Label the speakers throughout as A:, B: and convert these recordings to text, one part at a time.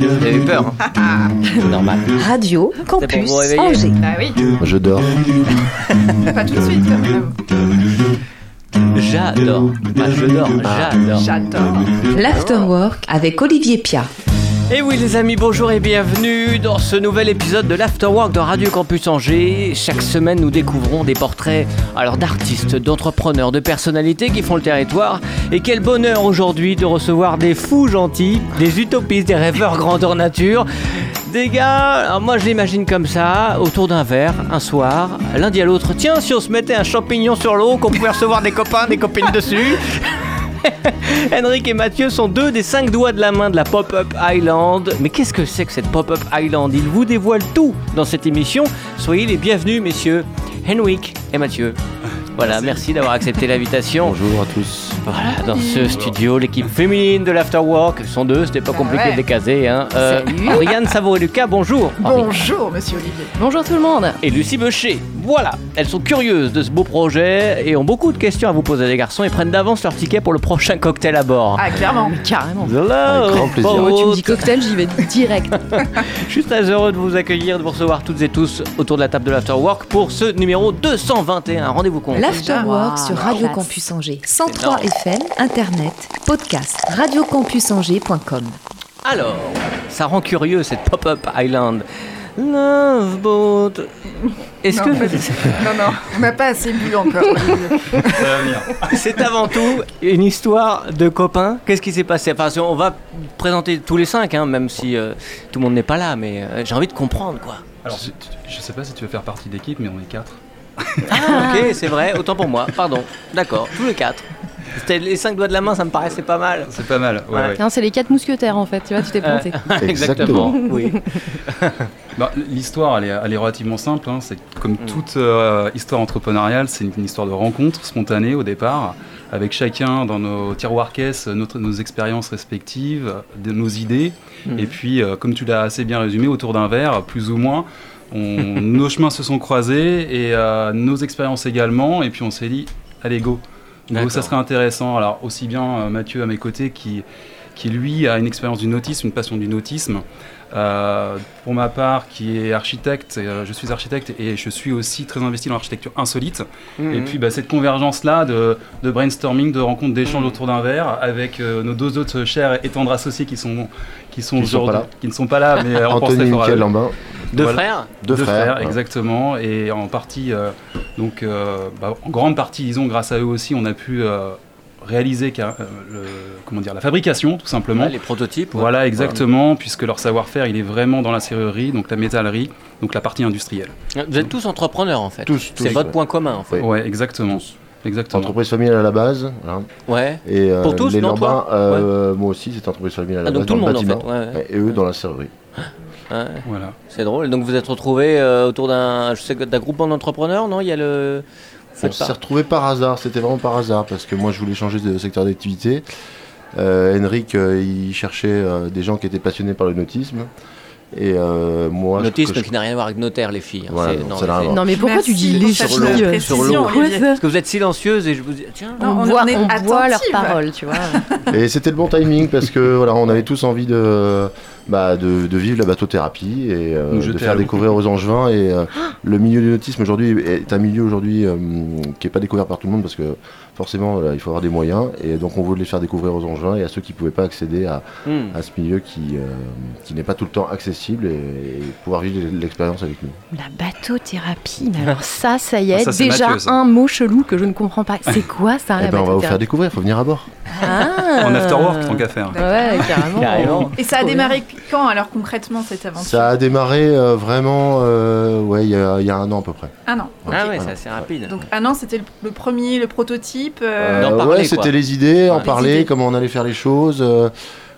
A: Il avait peur. hein.
B: Mmh. Normal.
C: Radio Campus
B: vous réveiller. Ah.
C: Angers.
D: Bah oui,
E: Je dors.
D: pas tout de suite. quand même.
B: J'adore. Pas je dors, j'adore.
D: J'adore.
C: L'Afterwork avec Olivier Pia.
B: Et Eh oui les amis, bonjour et bienvenue dans ce nouvel épisode de l'Afterwork de Radio Campus Angers. Chaque semaine, nous découvrons des portraits alors d'artistes, d'entrepreneurs, de personnalités qui font le territoire. Et quel bonheur aujourd'hui de recevoir des fous gentils, des utopistes, des rêveurs grandeur nature. Des gars, alors moi je l'imagine comme ça, autour d'un verre, un soir, l'un dit à l'autre, tiens si on se mettait un champignon sur l'eau, qu'on pouvait recevoir des copains, des copines dessus. Henrik et Mathieu sont deux des cinq doigts de la main de la Pop-Up Island. Mais qu'est-ce que c'est que cette Pop-Up Island Ils vous dévoilent tout dans cette émission. Soyez les bienvenus, messieurs Henrik et Mathieu. Voilà, merci, d'avoir accepté l'invitation.
E: Bonjour à tous.
B: Voilà, dans ce studio, l'équipe féminine de l'Afterwork, ils sont deux, c'était pas compliqué
D: Ah ouais.
B: de les caser. Hein.
D: Salut.
B: Ariane Savoie et Lucas, bonjour.
F: Ah,
D: Bonjour, monsieur Olivier.
C: Bonjour tout le monde.
B: Et Lucie Beucher, voilà, elles sont curieuses de ce beau projet et ont beaucoup de questions à vous poser les garçons et prennent d'avance leur ticket pour le prochain cocktail à bord.
D: Ah, clairement.
C: Carrément.
B: Hello,
E: Avec grand plaisir.
B: Paul.
C: Moi, bah, tu me dis cocktail, j'y vais direct.
B: Je suis très heureux de vous accueillir, de vous recevoir toutes et tous autour de la table de l'Afterwork pour ce numéro 221. Rendez-vous compte.
C: L'Afterwork
D: Wow,
C: sur
F: Ah,
C: Radio
D: classe.
C: Campus Angers. 103 FM, Internet, podcast, radiocampusangers.com.
B: Alors, ça rend curieux cette pop-up island. Love boat. Est-ce
D: Non, pas du
B: que
D: Non, non, on n'a pas assez bu encore. Olivier.
B: c'est avant tout une histoire de copains Qu'est-ce qui s'est passé Enfin, on va présenter tous les cinq, hein, même si euh, tout le monde n'est pas là, mais euh, j'ai envie de comprendre quoi.
G: Alors, je, je sais pas si tu veux faire partie d'équipe, mais on est quatre.
B: Ah, ok, c'est vrai, autant pour moi, pardon. D'accord, tous les quatre. C'était Les cinq doigts de la main, ça me paraissait pas mal.
G: C'est pas mal. Ouais,
B: Ouais.
G: ouais.
F: Tiens, c'est les quatre mousquetaires en fait, tu vois, tu t'es planté.
E: Exactement.
B: oui.
G: Bah, L'histoire, elle est, elle est relativement simple. hein. C'est comme toute euh, histoire entrepreneuriale, c'est une, une histoire de rencontre spontanée au départ, avec chacun dans nos tiroirs caisses, notre- nos expériences respectives, de, nos idées. Et puis, euh, comme tu l'as assez bien résumé, autour d'un verre, plus ou moins, on- nos chemins se sont croisés et euh, nos expériences également. Et puis, on s'est dit, allez go. Go, ça
B: D'accord.
G: serait intéressant. Alors, aussi bien euh, Mathieu à mes côtés qui, qui lui a une expérience du nautisme, une passion du nautisme. Euh, pour ma part, qui est architecte, euh, je suis architecte et je suis aussi très investi dans l'architecture insolite. Et
E: Mhm.
B: Mm.
G: puis bah, cette convergence-là de, de brainstorming, de rencontres, d'échanges
B: Mhm.
G: autour d'un verre avec euh, nos deux autres chers et tendres associés qui sont qui sont
E: Qui ne sont pas
G: aujourd'hui-
E: là.
G: qui ne sont pas là, mais euh, on pense
E: Anthony
G: très fort à eux.
E: Michael Lambin.
B: Deux
G: Voilà.
B: frères
E: Deux, frères. hein. ouais.
G: exactement, et en partie, euh, donc euh, bah, en grande partie, disons, grâce à eux aussi, on a pu euh, réaliser qu'un- euh, le, comment dire, la fabrication, tout
E: Mm.
G: simplement.
B: Ouais, Les prototypes. ouais.
G: Voilà, exactement, puisque leur savoir-faire, il est vraiment dans la serrurerie, donc la métallerie, donc la partie industrielle.
B: Vous êtes tous entrepreneurs en fait.
E: Tous, tous.
B: C'est votre
E: ouais.
B: point commun en fait.
E: Oui.
G: Ouais, exactement. Exactement.
E: Entreprise familiale à la base. voilà.
B: Ouais. Ah,
E: Et euh,
B: Pour tous,
E: les
B: non, toi
E: Lambins, euh, moi aussi, c'était entreprise familiale à la
B: Ah, donc
E: base
B: tout le
E: dans
B: monde en
E: bâtiment.
B: fait. Ouais, ouais.
E: Et eux dans la serrurerie.
B: Ouais,
G: Voilà.
B: C'est drôle. Donc vous êtes retrouvés euh, autour d'un, je sais que- d'un groupement d'entrepreneurs, non Il y a le. vous
E: On
B: faites
E: s'est
B: pas-
E: retrouvés par hasard, c'était vraiment par hasard, parce que moi je voulais changer de secteur d'activité. Euh, Henrik, euh, il cherchait euh, des gens qui étaient passionnés par le nautisme. Et euh, moi, je-
B: Nautisme
E: que je-
B: qui n'a rien à voir avec notaire, les filles. hein.
E: Voilà,
B: C'est-
E: non,
B: non,
E: ça n'a rien à
B: c'est-
E: voir.
F: Non mais pourquoi
D: Merci
F: tu dis les
D: pour cette
F: filles euh,
D: précision,
B: l'eau.
F: Quoi,
D: Olivier.
F: ça
B: Parce que vous êtes silencieuse et je vous dis tiens.
D: Non, on
F: on
D: est-
F: boit,
D: on est
F: on boit leurs
D: attentive.
F: paroles, tu vois.
E: Et c'était le bon timing parce que voilà, on avait tous envie de, bah, de, de vivre la bateau-thérapie et euh,
G: Nous
E: de
G: jeter
E: faire
G: à l'eau.
E: découvrir aux Angevins. Et euh, le milieu du nautisme aujourd'hui est un milieu aujourd'hui euh, qui est pas découvert par tout le monde parce que forcément voilà, il faut avoir des moyens. Et donc on voulait les faire découvrir aux Angevins et à ceux qui pouvaient pas accéder à,
B: Hmm.
E: à ce milieu qui, euh, qui n'est pas tout le temps accessible et, et pouvoir vivre l'expérience avec nous.
F: La bateau-thérapie, mais alors ça, ça y est,
G: Ah, ça, c'est
F: déjà
G: Mathieu, ça.
F: un mot chelou que je ne comprends pas. C'est quoi
B: Ah,
F: ça,
E: Eh
F: la
E: ben, on va vous faire
F: bateau-thérapie
E: découvrir, il faut venir à bord.
F: Ah.
G: En afterwork, tant qu'à faire.
F: Ouais, carrément.
B: Carrément.
D: Et ça a
F: Trop
D: démarré quand, alors concrètement, cette aventure
E: Ça a démarré euh, vraiment euh, ouais, il y, a- il y a un an à peu près.
D: Un an.
B: Ah
E: Ok.
B: ouais,
E: Voilà.
B: c'est assez rapide.
D: Donc, un an, c'était le- le premier, le prototype. euh,
E: Euh,
B: D'en parler,
E: ouais,
B: quoi.
E: c'était les idées, en
B: Ouais.
D: Les
E: parler,
D: idées.
E: comment on allait faire les choses, euh,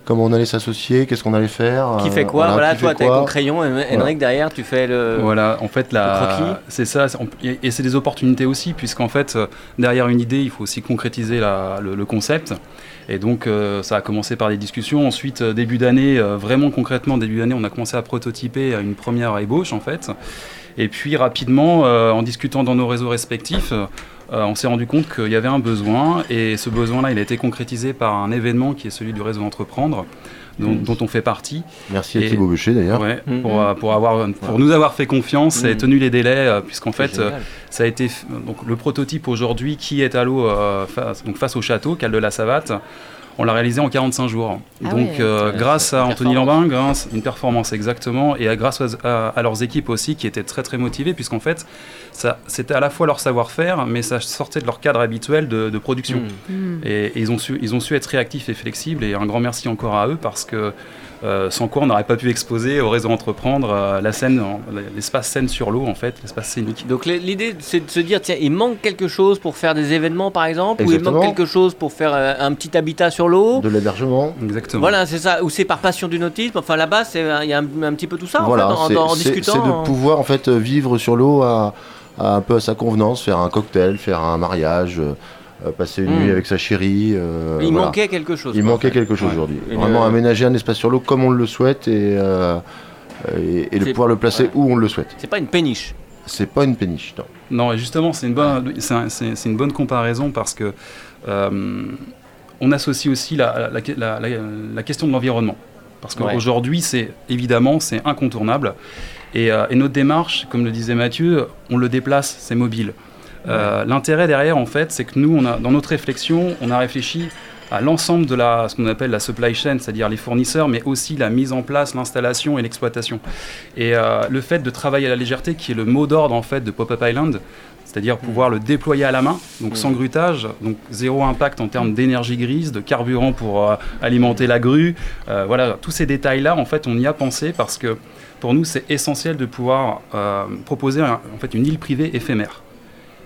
E: comment on allait s'associer, qu'est-ce qu'on allait faire.
B: Qui
E: euh,
B: fait quoi Voilà,
E: qui
B: toi
E: fait
B: t'es avec
E: quoi.
B: ton crayon, et Henrik derrière, tu fais le.
G: Voilà, en fait,
B: Le Euh, croquis.
G: la, c'est ça, c'est- on- et, et c'est des opportunités aussi, puisqu'en fait, euh, derrière une idée, il faut aussi concrétiser la- le, le concept. Et donc, euh, ça a commencé par des discussions. Ensuite, euh, début d'année, euh, vraiment concrètement, début d'année, on a commencé à prototyper euh, une première ébauche, en fait. Et puis, rapidement, euh, en discutant dans nos réseaux respectifs, euh, euh, on s'est rendu compte qu'il y avait un besoin et ce besoin-là, il a été concrétisé par un événement qui est celui du réseau Entreprendre, dont,
E: Mm.
G: dont on fait partie.
E: Merci à
G: Et-
E: Thibaut Boucher d'ailleurs.
G: Ouais,
B: Mhm.
G: pour, euh, pour, avoir, pour nous avoir fait confiance et
B: Mhm.
G: tenu les délais, euh, puisqu'en fait,
B: C'est
G: euh,
B: génial.
G: ça a été f- donc, le prototype aujourd'hui qui est à l'eau euh, face, donc face au château, Cale de la Savate. On l'a réalisé en 45 jours.
F: Ah
G: donc,
F: ouais.
G: euh,
B: Ouais,
G: grâce
B: c'est une
G: à Anthony
B: performance.
G: Lambing, hein, c'est une performance exactement, et à, grâce aux- à, à leurs équipes aussi qui étaient très très motivées, puisqu'en fait, ça- c'était à la fois leur savoir-faire, mais ça sortait de leur cadre habituel de, de production.
B: Mm.
F: Hmm.
G: Et, et ils, ont su, ils ont su être réactifs et flexibles. Et un grand merci encore à eux parce que euh, sans quoi on n'aurait pas pu exposer au réseau Entreprendre euh, la scène, en- l'espace scène sur l'eau en fait, l'espace scénique.
B: Donc l- l'idée c'est de se dire tiens il manque quelque chose pour faire des événements par exemple ou
E: Exactement.
B: il manque quelque chose pour faire euh, un petit habitat sur l'eau.
E: De l'hébergement.
G: Exactement.
B: Voilà c'est ça ou c'est par passion du nautisme enfin là-bas c'est un- il y a un, un petit peu tout ça en
E: Voilà,
B: fait, en-
E: c'est-
B: en, en
E: c'est-
B: discutant.
E: C'est
B: en-
E: de pouvoir en fait euh, vivre sur l'eau à, à un peu à sa convenance, faire un cocktail, faire un mariage, euh, euh, passer une
B: Mm.
E: nuit avec sa chérie. euh,
B: il
E: voilà.
B: manquait quelque chose.
E: Il
B: quoi, en
E: manquait
B: fait. euh,
E: quelque chose
G: Ouais.
E: aujourd'hui.
B: Et
E: Vraiment
B: le-
E: aménager un espace sur l'eau comme on le souhaite et, euh, et, et de
B: C'est-
E: pouvoir le placer
B: ouais.
E: où on le souhaite.
B: C'est pas une péniche.
E: C'est pas une péniche, non.
G: Non, et justement, c'est une, bonne- c'est un- c'est- c'est une bonne comparaison parce que euh, on associe aussi la, la- la- la- la question de l'environnement. Parce
B: Ouais.
G: qu'aujourd'hui, c'est évidemment, c'est incontournable. Et, euh, et notre démarche, comme le disait Mathieu, on le déplace, c'est mobile. Euh, L'intérêt derrière, en fait, c'est que nous, on a, dans notre réflexion, on a réfléchi à l'ensemble de la, ce qu'on appelle la supply chain, c'est-à-dire les fournisseurs, mais aussi la mise en place, l'installation et l'exploitation. Et euh, le fait de travailler à la légèreté, qui est le mot d'ordre en fait de Pop-Up Island, c'est-à-dire pouvoir le déployer à la main, donc sans
B: Mm.
G: grutage, donc zéro impact en termes d'énergie grise, de carburant pour euh, alimenter la grue. Euh, voilà, tous ces détails-là, en fait, on y a pensé parce que pour nous, c'est essentiel de pouvoir euh, proposer un- en fait une île privée éphémère.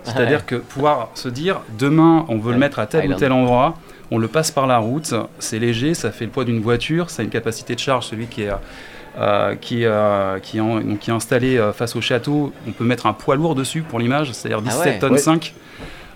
G: C'est-à-dire que pouvoir se dire, demain, on
B: Ah
G: veut le
B: Ouais,
G: mettre à tel
B: Island.
G: ou tel endroit, on le passe par la route, c'est léger, ça fait le poids d'une voiture, ça a une capacité de charge, celui qui est, euh, qui, euh, qui est en- donc qui est installé euh, face au château, on peut mettre un poids lourd dessus pour l'image, c'est-à-dire
B: Ah
G: 17
B: ouais.
G: tonnes
E: Ouais.
G: 5.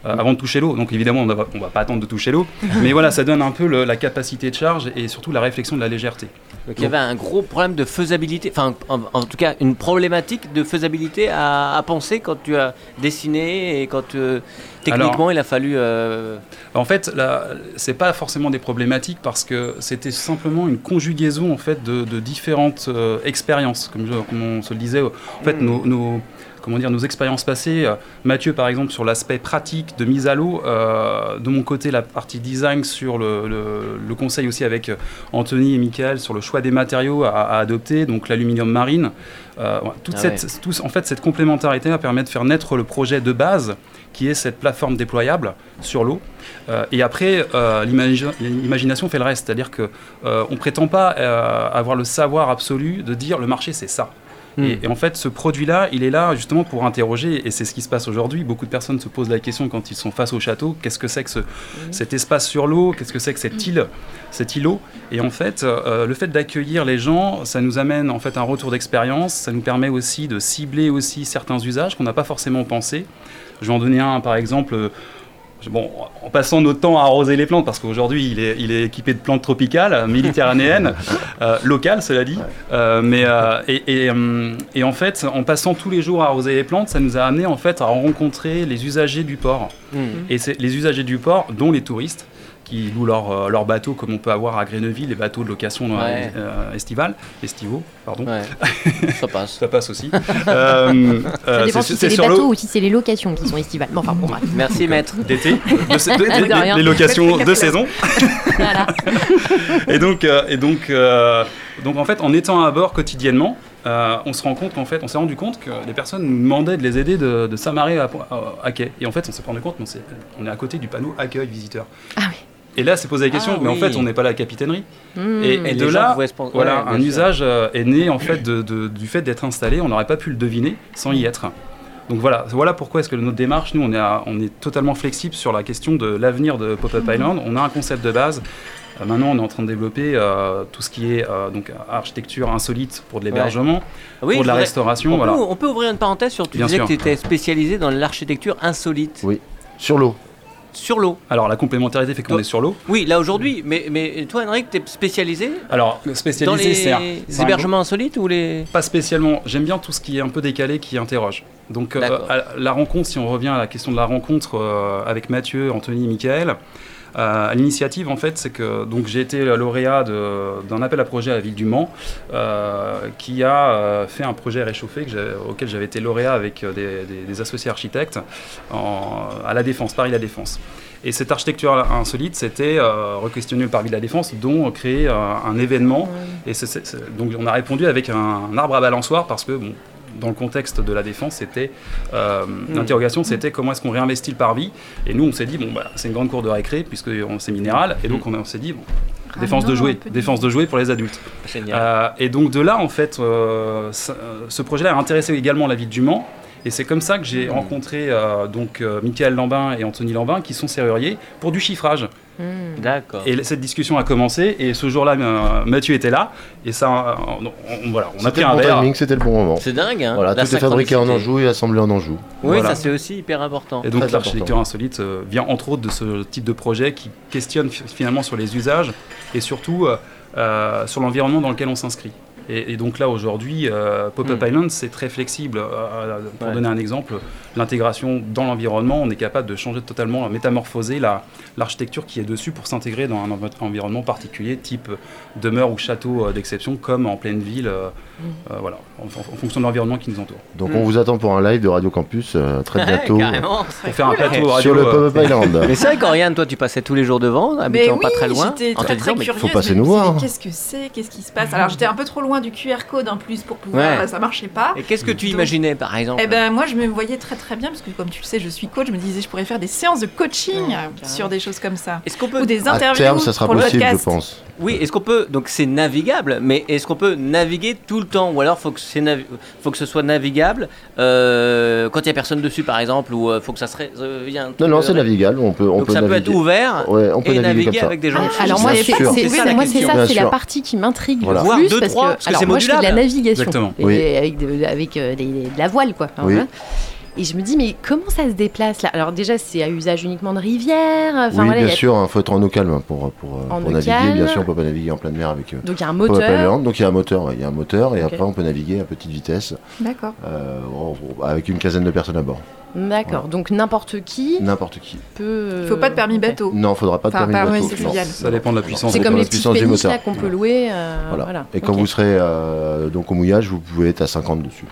G: euh, avant de toucher l'eau, donc évidemment on ne va pas attendre de toucher l'eau, mais voilà ça donne un peu le- la capacité de charge et surtout la réflexion de la légèreté.
B: Donc il y avait un gros problème de faisabilité, enfin en, en tout cas une problématique de faisabilité à, à penser quand tu as dessiné et quand euh, techniquement il a fallu... euh,
G: En fait, là, c'est pas forcément des problématiques parce que c'était simplement une conjugaison en fait de, de différentes euh, expériences, comme, je- comme on se le disait. En fait, nos, nos- comment dire, nos expériences passées. euh, Mathieu, par exemple, sur l'aspect pratique de mise à l'eau. euh, de mon côté, la partie design sur le, le- le conseil aussi avec euh, Anthony et Michael sur le choix des matériaux à, à adopter, donc l'aluminium marine. Euh, voilà, toute
B: Ah
G: cette, tous- en fait, cette complémentarité va permettre de faire naître le projet de base qui est cette plateforme déployable sur l'eau. Euh, et après, euh, l'imagi- l'imagination fait le reste, c'est-à-dire que euh, on prétend pas euh, avoir le savoir absolu de dire le marché c'est ça.
B: Mm.
G: Et, et en fait, ce produit-là, il est là justement pour interroger, et c'est ce qui se passe aujourd'hui. Beaucoup de personnes se posent la question quand ils sont face au château qu'est-ce que c'est que ce- cet espace sur l'eau Qu'est-ce que c'est que cette île, cet îlot Et en fait, euh, le fait d'accueillir les gens, ça nous amène en fait un retour d'expérience. Ça nous permet aussi de cibler aussi certains usages qu'on n'a pas forcément pensé. Je vais en donner un, par exemple. euh, je- Bon, en passant notre temps à arroser les plantes, parce qu'aujourd'hui il est, il est équipé de plantes tropicales, euh, méditerranéennes, euh, locales cela dit, Euh, mais, euh, et, et, hum, et en fait en passant tous les jours à arroser les plantes, ça nous a amené en fait à rencontrer les usagers du port.
B: hmm.
G: Et c'est les usagers du port, dont les touristes, qui louent leurs euh, leurs bateaux comme on peut avoir à Gréneville, les bateaux de location dans la-
B: Ouais.
G: euh, estivale, estivaux, pardon.
B: Ouais. Ça passe.
G: Ça passe aussi. Euh,
F: Ça
G: euh,
F: dépend
G: c'est-
F: si c'est les
G: sur l'eau
F: bateaux ou si c'est les locations qui sont estivales. Mais enfin, bon, bref.
B: Merci maître.
G: d'été, de sa- de- de-
F: De rien.
G: les locations de saison.
F: Voilà.
G: Et donc, euh, et donc, euh, donc en fait, en étant à bord quotidiennement, euh, on se rend compte qu'en fait, on s'est rendu compte que les personnes nous demandaient de les aider de, de s'amarrer à, à- à quai. Et en fait, on s'est rendu compte qu'on s'est- on est à côté du panneau accueil visiteur.
F: Ah oui.
G: Et là, c'est posé la question,
B: Ah
G: mais
B: oui.
G: en fait, on n'est pas la capitainerie.
F: Hmm.
G: Et, et
B: Et
G: de
B: les gens
G: là,
B: pouvaient se prendre-
G: voilà,
B: ouais,
G: un
B: bien sûr.
G: usage euh, est né en fait de- de- du fait d'être installé. On n'aurait pas pu le deviner sans y être. Donc voilà, voilà pourquoi est-ce que notre démarche, nous, on est, à- on est totalement flexible sur la question de l'avenir de Pop-Up Island. On a un concept de base. Euh, Maintenant, on est en train de développer euh, tout ce qui est euh, donc architecture insolite pour de l'hébergement,
B: Oui,
G: pour de la
B: je voudrais-
G: restauration.
B: on,
G: Voilà.
B: peut, on peut ouvrir une parenthèse sur, tu
G: Bien
B: disais
G: sûr.
B: que tu étais spécialisé dans l'architecture insolite.
E: Oui. Sur l'eau.
B: sur l'eau.
G: Alors la complémentarité fait qu'on
B: Toi-
G: est sur l'eau.
B: Oui, là aujourd'hui, mais, mais toi, Henrik, t'es spécialisé
G: Alors
B: dans
G: spécialisé,
B: les
G: c'est un- c'est un-
B: hébergements insolites ou les.
G: Pas spécialement. J'aime bien tout ce qui est un peu décalé, qui interroge. Donc euh,
B: D'accord.
G: à la rencontre, si on revient à la question de la rencontre euh, avec Mathieu, Anthony, Michael. euh, L'initiative, en fait, c'est que donc j'ai été lauréat de- d'un appel à projet à la ville du Mans, euh, qui a euh, fait un projet réchauffé que j'ai- auquel j'avais été lauréat avec euh, des, des- des associés architectes en- à la Défense, Paris La Défense. Et cette architecture insolite, c'était euh, re-questionner le Paris de la Défense, dont créer euh, un événement et c'est- c'est- c'est- donc on a répondu avec un, un arbre à balançoire parce que bon, dans le contexte de la défense, c'était euh, l'interrogation, c'était comment est-ce qu'on réinvestit le parvis. Et nous, on s'est dit bon, bah, c'est une grande cour de récré puisque on- c'est minéral. Et donc on, a- on s'est dit bon, défense de
D: Ramenons un
G: jouer,
D: peu de-
G: défense de jouer pour les adultes.
B: Génial.
G: Euh, et donc de là, en fait, euh, ça- euh, ce projet-là a intéressé également la ville du Mans. Et c'est comme ça que j'ai rencontré euh, donc euh, Michael Lambin et Anthony Lambin, qui sont serruriers, pour du chiffrage.
F: Hmm.
B: D'accord.
G: Euh, Et cette discussion a commencé. Et ce jour-là, euh, Mathieu était là. Et ça, euh, on, on- voilà, on a
E: C'était
G: pris
E: le
G: un
E: bon
G: verre.
E: timing, c'était le bon moment.
B: C'est dingue, hein
E: Voilà,
B: la
E: tout est fabriqué en
B: synchronicité.
E: Anjou et assemblé en Anjou.
B: Oui, ça
G: Voilà.
B: c'est aussi hyper important.
G: Et donc
E: Très
G: l'architecture
E: important.
G: insolite euh, vient entre autres de ce type de projet qui questionne fi- finalement sur les usages et surtout euh, euh, sur l'environnement dans lequel on s'inscrit. Et, et donc là aujourd'hui, euh, Pop-up
B: Hmm.
G: Island c'est très flexible. Euh, pour
B: Ouais.
G: donner un exemple, l'intégration dans l'environnement, on est capable de changer totalement, métamorphoser la- l'architecture qui est dessus pour s'intégrer dans un env- environnement particulier, type demeure ou château euh, d'exception, comme en pleine ville. euh, euh, voilà, en- en- en fonction de l'environnement qui nous entoure.
E: Donc
B: Mm.
E: on vous attend pour un live de Radio Campus euh, très bientôt
B: Ouais,
E: euh,
B: carrément.
G: Pour faire un plateau radio,
E: sur le
G: euh,
E: Pop-Up Island.
B: Mais c'est vrai qu'Oriane, toi, tu passais tous les jours devant,
D: Mais
B: habitant
D: oui,
B: pas très loin.
D: j'étais
B: en te
D: très,
B: disant,
D: très
B: mais-
D: curieuse.
E: faut passer
D: je me
E: nous
D: disais,
E: voir.
D: mais
B: hein.
D: Qu'est-ce que c'est Qu'est-ce qui se passe Alors j'étais un peu trop loin du QR code en plus pour pouvoir, euh,
B: Ouais.
D: ça marchait pas.
B: Et qu'est-ce que tu
D: Donc-
B: imaginais, par exemple
D: Eh ben moi je me voyais très très bien parce que comme tu le sais je suis coach, je me disais je pourrais faire des séances de coaching
B: carrément.
D: sur des choses comme ça
B: Est-ce qu'on
D: ou
B: peut
D: des
E: À
D: interviews
E: terme, ça sera
D: pour
E: possible,
D: le
E: je
D: podcast.
E: pense.
B: Oui, est-ce qu'on peut donc c'est navigable, mais est-ce qu'on peut naviguer tout le temps ou alors faut que c'est navi- faut que ce soit navigable euh, quand il y a personne dessus par exemple ou euh, faut que ça se ré- euh, y a un truc
E: Non, non,
B: de-
E: c'est navigable. On peut, on
B: Donc
E: peut
B: ça
E: naviguer.
B: peut être ouvert
E: Ouais, on peut
B: et
E: naviguer,
B: naviguer,
E: comme ça.
B: avec des gens. dessus.
F: Ah, Alors moi,
E: Bien
F: c'est
E: sûr.
F: c'est-
B: Ah, C'est ça, la
F: c'est- moi, c'est
B: question.
E: Bien
F: ça, c'est la
E: sûr.
F: partie qui m'intrigue.
E: Voilà.
B: Voire
F: le plus,
B: deux,
F: parce
B: trois,
F: que,
B: parce que
F: alors
B: c'est
F: moi, je fais de la
B: modulable.
F: navigation
G: Exactement.
F: Et
E: Oui.
F: avec, de, avec, euh, des- de la voile, quoi. Enfin,
E: Oui.
F: voilà. Et je me dis, mais comment ça se déplace là Alors déjà, c'est à usage uniquement de rivière. Enfin,
E: oui,
F: voilà, il y
E: bien
F: a-
E: sûr, il faut être en eau calme pour, pour, euh,
F: En
E: pour
F: eau
E: naviguer.
F: calme.
E: Bien sûr, on peut pas naviguer en pleine mer avec euh,
F: Donc il y a un
E: Pop-Up
F: moteur.
E: Island. Donc il y a un moteur, ouais, il y a un moteur, et
F: Ok.
E: après on peut naviguer à petite vitesse
D: D'accord.
E: euh, en- en- avec une quinzaine de personnes à bord.
F: D'accord. Donc n'importe qui
E: N'importe qui.
F: peut.
D: Il faut pas de permis
F: Euh, Ok.
D: bateau.
E: Non, faudra pas de
D: Enfin,
E: permis
D: pas-
E: de
D: ouais,
E: bateau,
D: c'est
E: non.
D: fluvial.
G: Ça dépend de la puissance.
F: C'est
E: dépend
F: comme
E: de
F: les
E: la
F: petites
E: puissance du
F: péniches
E: moteur.
F: là qu'on peut louer. euh,
E: Voilà.
F: voilà.
E: Et quand
F: Ok.
E: vous serez euh, donc au mouillage, vous pouvez être à 50 dessus.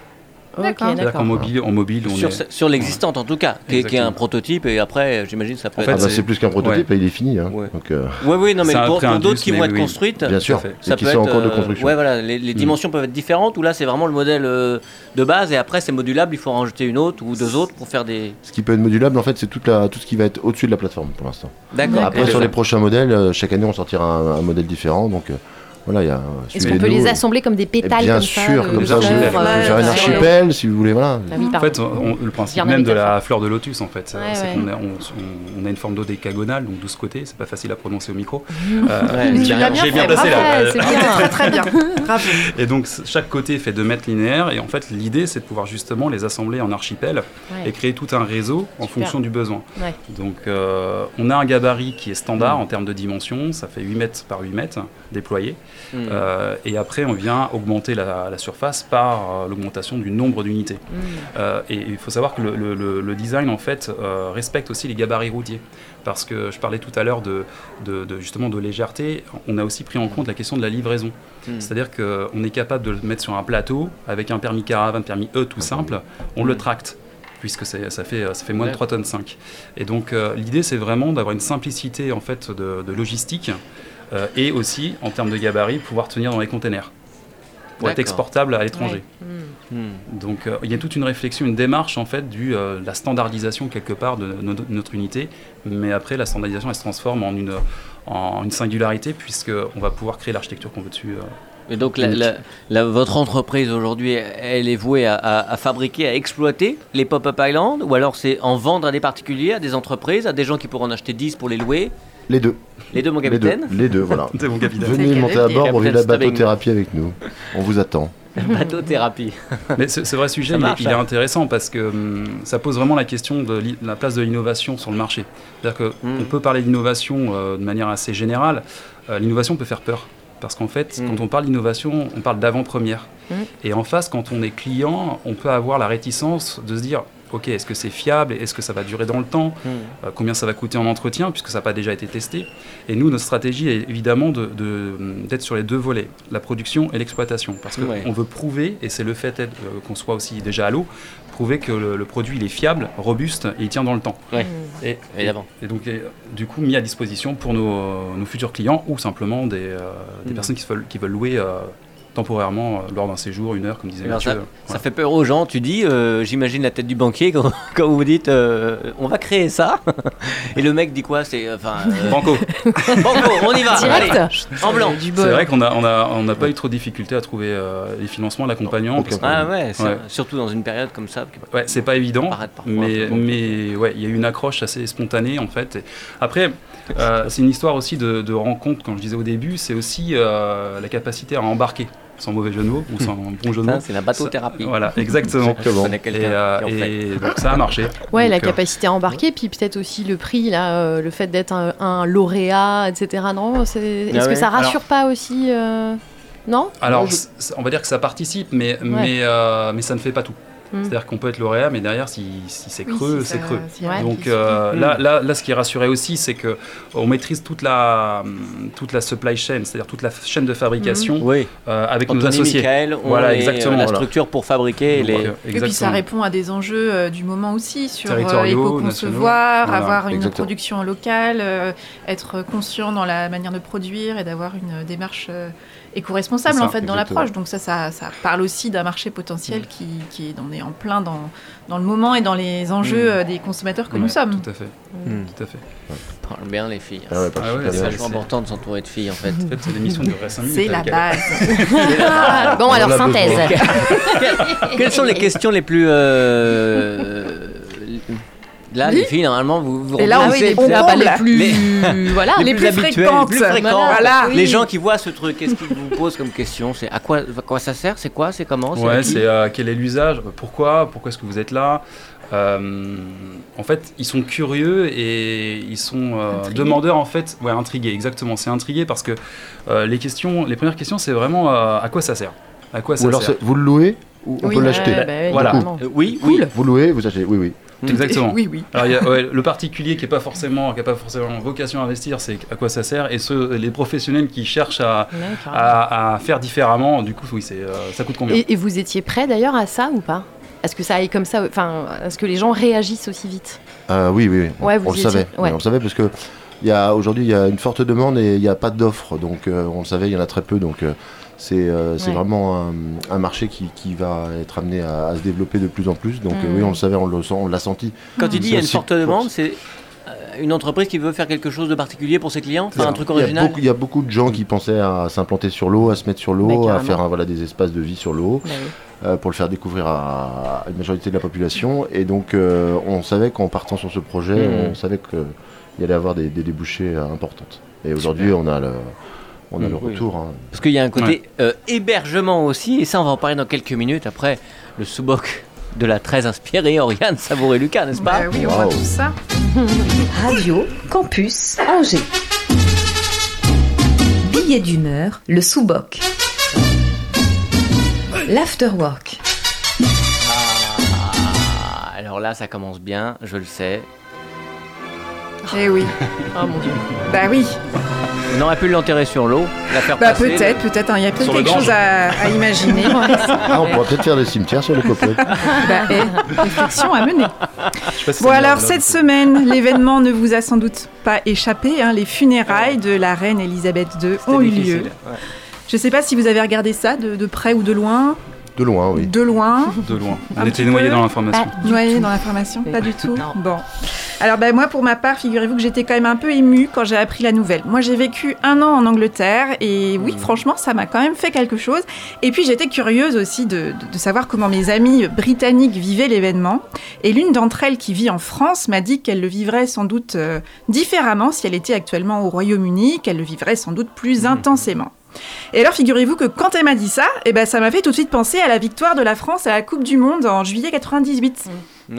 F: Ok,
D: D'accord.
G: C'est-à-dire
F: Ah, d'accord.
G: qu'en mobile, en mobile, on
B: sur,
G: est...
B: ce- sur l'existante en tout cas, qui est, qui est un
G: Exactement.
B: prototype et après j'imagine ça peut
G: En
E: Ah
G: fait,
E: bah,
B: être.
E: c'est plus qu'un prototype, il est fini. hein.
B: Ouais.
E: Donc, euh,
B: Oui, oui, non mais
G: c'est un
B: pour,
G: pré-
B: pour d'autres
G: indus,
B: qui
G: mais
B: vont être
G: oui. Hmm.
B: construites,
E: bien sûr.
G: fait. Et
B: ça
E: qui
B: peut
E: sont en
B: être,
E: cours de
B: euh,
E: construction.
B: ouais, voilà, les, les dimensions peuvent être différentes ou là c'est vraiment le modèle euh, de base et après c'est modulable, il faut en rajouter une autre ou deux autres pour faire des.
E: Ce qui peut être modulable, en fait, c'est toute la- tout ce qui va être au-dessus de la plateforme pour l'instant.
B: D'accord.
E: Après, sur les prochains modèles, euh, chaque année, on sortira un, un modèle différent. Donc, euh, voilà, il y a.
F: Est-ce qu'on peut les assembler comme des
E: Et
F: pétales
E: bien
F: comme
E: sûr,
F: ça
E: comme
F: de
E: ça, vous
F: fleurs,
E: pouvez
G: fleur,
F: euh,
E: faire une
F: sur-
E: archipel si vous voulez, voilà.
F: Ah oui,
G: En
F: pardon.
G: fait, on- le principe
F: Garde
G: même
F: avec
G: de
F: ta
G: la fleur de lotus, en fait,
F: Ouais,
G: c'est
F: ouais.
G: qu'on a, on, on- on a une forme dodécagonale, donc 12 côtés, c'est pas facile à prononcer au micro. Euh,
B: Ouais,
G: j'ai
B: tu l'as
G: bien,
B: bien
G: j'ai bien
F: fait,
G: placé
F: bravo.
G: là.
F: Ouais, c'est
G: Euh,
F: bien.
D: Très très bien. Bravo.
G: Et donc, c- chaque côté fait 2 mètres linéaires, et en fait, l'idée, c'est de pouvoir justement les assembler en archipel
F: Ouais.
G: et créer tout un réseau en
F: Super.
G: fonction du besoin.
F: Ouais.
G: Donc, euh, on a un gabarit qui est standard en termes de dimension, ça fait 8 mètres par 8 mètres déployé.
B: Hmm.
G: Euh, et après, on vient augmenter la, la surface par euh, l'augmentation du nombre d'unités. Euh, et il faut savoir que le, le- le- le design, en fait, euh, respecte aussi les gabarits routiers. Parce que je parlais tout à l'heure de, de- de- justement de légèreté, on a aussi pris en compte la question de la livraison.
B: Mm.
G: C'est-à-dire qu'on est capable de le mettre sur un plateau avec un permis caravane, permis E tout simple, on le tracte puisque c'est- ça fait, ça fait moins de 3 tonnes 5. Et donc euh, l'idée c'est vraiment d'avoir une simplicité en fait de, de logistique euh, et aussi en termes de gabarit pouvoir tenir dans les containers pour être
B: D'accord.
G: exportable à l'étranger.
F: Ouais. Hmm.
B: Hmm.
G: Donc euh, il y a toute une réflexion, une démarche en fait du euh, la standardisation quelque part de no- de notre unité, mais après la standardisation elle se transforme en une en une singularité puisque on va pouvoir créer l'architecture qu'on veut dessus. euh.
B: Et donc, la- la- la- votre entreprise aujourd'hui, elle est vouée à, à- à fabriquer, à exploiter les pop-up island, ou alors c'est en vendre à des particuliers, à des entreprises, à des gens qui pourront en acheter 10 pour les louer.
E: Les deux.
B: Les deux, mon
E: Les deux,
B: capitaine.
E: les deux, voilà.
G: C'est mon capitaine.
E: Venez
D: C'est
E: monter
D: le
E: à
D: cas de
E: bord
B: dire.
E: pour vivre la
B: Captain Stubbing.
E: bateau-thérapie avec nous. On vous attend.
B: Bateau thérapie.
G: Mais ce, ce vrai sujet, il, est-
B: marche,
G: il est
B: ça.
G: intéressant parce que hum, ça pose vraiment la question de l'i- la place de l'innovation sur le marché. C'est-à-dire qu'on
B: Mm.
G: peut parler d'innovation euh, de manière assez générale. Euh, l'innovation peut faire peur. Parce qu'en fait,
B: Mm.
G: quand on parle d'innovation, on parle d'avant-première.
F: Mm.
B: Hmm.
G: Et en face, quand on est client, on peut avoir la réticence de se dire Ok, est-ce que c'est fiable Est-ce que ça va durer dans le temps euh, combien ça va coûter en entretien, puisque ça n'a pas déjà été testé. Et nous, notre stratégie est évidemment de- de- d'être sur les deux volets, la production et l'exploitation, parce qu'on
B: Ouais.
G: veut prouver, et c'est le fait être, euh, qu'on soit aussi déjà à l'eau, prouver que le, le produit il est fiable, robuste, et il tient dans le temps.
B: Ouais.
G: Et,
B: Évidemment.
G: et donc, et, du coup, mis à disposition pour nos, nos futurs clients ou simplement des, euh, des
B: Mm.
G: personnes qui se veulent, qui veulent louer euh, temporairement euh, lors d'un séjour, une heure, comme disait
B: Alors,
G: Mathieu. euh,
B: ça, ça
G: Voilà.
B: fait peur aux gens, tu dis, euh, j'imagine la tête du banquier quand, quand vous dites euh, on va créer ça. Et le mec dit quoi C'est enfin. euh,
G: Banco.
B: Banco, on y va
F: Direct
E: Ah,
B: allez, En blanc
F: Du bol.
G: C'est vrai qu'on n'a on a, on n'a pas eu trop de difficultés à trouver euh, les financements, l'accompagnement.
E: Non,
G: parce
E: aucun
G: que-
B: Ah ouais, c'est-
G: Ouais.
B: surtout dans une période comme ça. qui-
G: Ouais, c'est pas évident,
B: Paraître parfois un
G: mais,
B: peu
G: mais ouais, il y a eu une accroche assez spontanée en fait. Et Après, euh, c'est une histoire aussi de, de rencontre, comme je disais au début, c'est aussi euh, la capacité à embarquer, sans mauvais jeu de mots, ou sans bon jeu de mots.
B: Ça, c'est la bateau-thérapie.
G: Voilà, exactement.
B: Je connais
G: Et,
B: quelqu'un
G: euh,
B: qui en fait.
G: et donc ça a marché.
F: Ouais,
G: Donc,
F: la
G: euh,
F: capacité à embarquer, puis peut-être aussi le prix, là, euh, le fait d'être un, un lauréat, etc. Non, c'est- est-ce
B: Ah
F: que
B: ouais.
F: ça rassure pas aussi euh, Non
G: Alors,
E: Moi, je-
G: c- c- on va dire que ça participe, mais, mais, euh, mais ça ne fait pas tout.
F: Hmm.
G: C'est-à-dire qu'on peut être lauréat, mais derrière, si, si c'est
D: Oui,
G: creux,
D: si ça-
G: c'est creux.
D: s'il y a
F: Ouais.
D: un
G: Donc
D: qui-
G: euh,
B: Mm.
G: là, là, là, ce qui est rassuré aussi, c'est que on maîtrise toute la, hum, toute la supply chain, c'est-à-dire toute la f- chaîne de fabrication
B: Oui,
G: euh, avec
B: Mm. Anthony
G: nos associés.
B: Michael, on
G: Voilà,
B: est, euh,
G: exactement,
B: la
G: voilà.
B: structure pour fabriquer
G: Donc,
B: les.
G: euh,
D: Et puis ça
G: exactement.
D: répond à des enjeux euh, du moment aussi sur euh,
G: Territoriaux,
D: éco-concevoir,
G: nationaux.
D: avoir une
E: exactement.
D: production locale, euh, être conscient dans la manière de produire et d'avoir une démarche euh, éco-responsable
G: C'est ça,
D: en fait dans
E: exactement.
D: l'approche. Donc ça, ça, ça parle aussi d'un marché potentiel qui, qui est, on est en plein dans, dans le moment et dans les enjeux
B: Mm.
D: euh, des consommateurs que
G: Ouais,
D: nous sommes. Mm.
G: Tout à fait,
B: Hmm.
G: tout à fait.
B: Parle bien les filles. hein.
E: Ah ouais, parce
G: Ah
E: que
G: ouais,
E: t'as
B: C'est
G: c'est-
E: bien-
B: vachement important de s'entourer de filles en fait.
G: En fait, l'émission de Racing euh,
D: C'est la base.
F: Ah, Bon,
E: On Bah
F: alors
E: l'a
F: synthèse.
B: Quelles sont les questions les plus. euh, Là, les filles, normalement, vous vous
D: Et là,
B: reposez-
D: on s'est-
B: vous-
D: on
F: Ah bah, les
D: comble.
F: plus. euh, Voilà.
D: les plus
B: habituelles,
D: fréquentes.
B: Les, plus fréquentes.
D: Voilà.
B: les gens qui voient ce truc, qu'est-ce qu'ils vous posent comme question C'est à quoi, à quoi ça sert C'est quoi C'est comment C'est
G: Ouais,
B: à qui
G: c'est euh, quel est l'usage Pourquoi Pourquoi est-ce que vous êtes là Euh, En fait, ils sont curieux et ils sont euh,
D: Intrigués.
G: demandeurs en fait. Ouais, intrigués. Exactement. C'est intrigué parce que euh, les questions, les premières questions, c'est vraiment euh, à quoi ça sert À quoi ça
E: Ou alors,
G: sert
E: c'est- vous le louez ou on
F: Oui,
E: peut
F: ouais,
E: l'acheter
F: bah ouais,
G: Voilà.
F: carrément.
B: Euh, Oui, oui.
E: Vous louez, vous achetez, oui, oui.
G: Mm. Exactement.
D: Oui, oui.
G: Alors, il y a, ouais, le particulier qui n'est pas forcément, qui a pas forcément vocation à investir, c'est à quoi ça sert, et ceux, les professionnels qui cherchent à,
F: Ouais, carrément.
E: Ah,
G: à- à faire différemment, du coup, oui, c'est, euh, ça coûte combien
F: Et, et vous étiez prêt d'ailleurs à ça ou pas Est-ce que ça aille comme ça Enfin, est-ce que les gens réagissent aussi vite
E: Euh, oui, oui, oui.
F: Ouais, Ah, vous
E: on le
F: y étiez,
E: savait.
F: ouais.
E: Oui, on le savait parce que il y a aujourd'hui il y a une forte demande et il n'y a pas d'offre, donc euh, on le savait, il y en a très peu, donc euh, c'est euh, c'est
F: Ouais.
E: vraiment un, un marché qui, qui va être amené à, à se développer de plus en plus. Donc euh,
F: Mm.
E: oui, on le savait, on le sent, on l'a senti.
B: Quand tu dis il y a une
E: Aussi
B: forte
E: pour-
B: demande, c'est euh, une entreprise qui veut faire quelque chose de particulier pour ses clients, enfin, un truc
E: Il y, a
B: original.
E: beaucoup, il y a beaucoup de gens qui pensaient à s'implanter sur l'eau, à se mettre sur
F: Bah,
E: l'eau, à
F: carrément.
E: faire un, voilà, des espaces de vie sur l'eau,
F: Bah oui.
E: euh, pour le faire découvrir à, à une majorité de la population. Et donc, euh, on savait qu'en partant sur ce projet,
B: Mm.
E: on savait qu'il allait avoir des, des débouchés euh, importantes. Et aujourd'hui, on a le, on a
G: Mm,
E: le
B: oui.
E: retour. hein.
B: Parce qu'il y a un côté euh, hébergement aussi, et ça on va en parler dans quelques minutes après le sous-boc de la très inspirée Oriane Savouré Lucas, n'est-ce pas
D: Bah oui, on voit
E: Wow.
D: tout ça.
C: Radio Campus Angers. Billet d'humeur, le sous-boc. L'afterwork.
B: Ah, Alors là ça commence bien, je le sais.
D: Eh oui.
F: Oh mon dieu.
D: Bah oui.
B: On aurait pu l'enterrer sur l'eau, la faire
D: Bah
B: passer,
D: peut-être, peut-être. hein, Il y a peut-être
G: Sur le
D: quelque
G: Gange.
D: chose à, à imaginer. hein.
E: Ah, on pourrait peut-être faire des cimetières sur les copeaux.
D: Bah, eh, réflexion à mener.
G: Je sais pas si
D: Bon
G: c'est bien,
D: alors
G: là,
D: cette
G: du coup.
D: semaine, l'événement ne vous a sans doute pas échappé. hein, les funérailles de la reine Elisabeth II
B: c'était
D: ont eu lieu.
B: difficile.
D: Je ne sais pas si vous avez regardé ça de, de près ou de loin.
E: De loin, oui.
D: De loin.
G: De loin.
D: Un
G: On
D: petit
G: était
D: peu. Ah.
G: noyés dans
F: Ah,
G: l'information.
D: Noyé dans l'information Pas du tout.
F: Non.
D: Bon. Alors ben, moi pour ma part, figurez-vous que j'étais quand même un peu émue quand j'ai appris la nouvelle. Moi j'ai vécu un an en Angleterre et oui franchement ça m'a quand même fait quelque chose. Et puis j'étais curieuse aussi de, de- de savoir comment mes amies britanniques vivaient l'événement. Et l'une d'entre elles qui vit en France m'a dit qu'elle le vivrait sans doute euh, différemment si elle était actuellement au Royaume-Uni, qu'elle le vivrait sans doute plus intensément. Et alors, figurez-vous que quand elle m'a dit ça, eh ben, ça m'a fait tout de suite penser à la victoire de la France à la Coupe du Monde en juillet 98.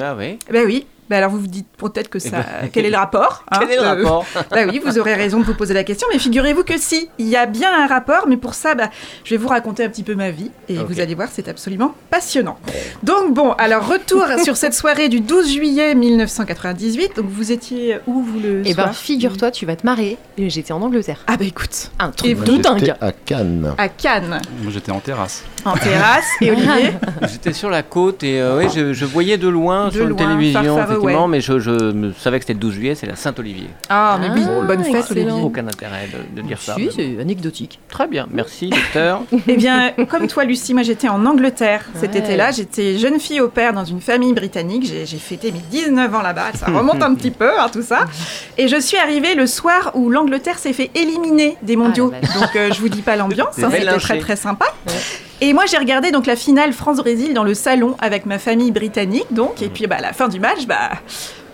B: Ah oui.
D: Ben oui. Ben alors vous vous dites peut-être que ça, quel est le rapport hein,
B: Eh ben. Quel est le
D: euh,
B: rapport
D: Bah oui, vous aurez raison de vous poser la question, mais figurez-vous que si, il y a bien un rapport, mais pour ça, bah, je vais vous raconter un petit peu ma vie, et
B: Ok.
D: vous allez voir, c'est absolument passionnant. Donc bon, alors retour sur cette soirée du 12 juillet 1998, donc vous étiez où vous le
F: Eh ben,
D: soir
F: figure-toi, tu vas te marrer. Et J'étais en Angleterre.
D: Ah bah écoute,
F: Un truc
D: vous-
F: de dingue.
E: J'étais à Cannes.
D: à Cannes,
G: Moi, j'étais en terrasse.
D: en terrasse, et Olivier
B: J'étais sur la côte et euh, ouais, je, je voyais de loin
D: De
B: sur la
D: loin,
B: télévision,
D: far, far
B: effectivement,
D: away.
B: mais je, je me savais que c'était le 12 juillet, c'est la Saint-Olivier.
D: Ah mais oui,
F: Ah,
D: bonne fête
F: excellent.
D: Olivier
B: Aucun intérêt de, de dire ça.
F: Si, c'est anecdotique.
B: Très bien, merci docteur.
D: Eh bien, comme toi, Lucie, moi j'étais en Angleterre cet
F: Ouais.
D: été-là. J'étais jeune fille au père dans une famille britannique. J'ai j'ai fêté mes 19 ans là-bas. Ça remonte un petit peu, hein, tout ça. Et je suis arrivée le soir où l'Angleterre s'est fait éliminer des mondiaux.
F: Ah, la vache.
D: donc, euh, je vous dis pas l'ambiance.
B: Des
D: hein,
B: belles
D: C'était
B: lynchées.
D: très, très sympa. Et moi, j'ai regardé donc la finale France-Brésil dans le salon avec ma famille britannique. Donc, et puis, bah, à la fin du match, bah.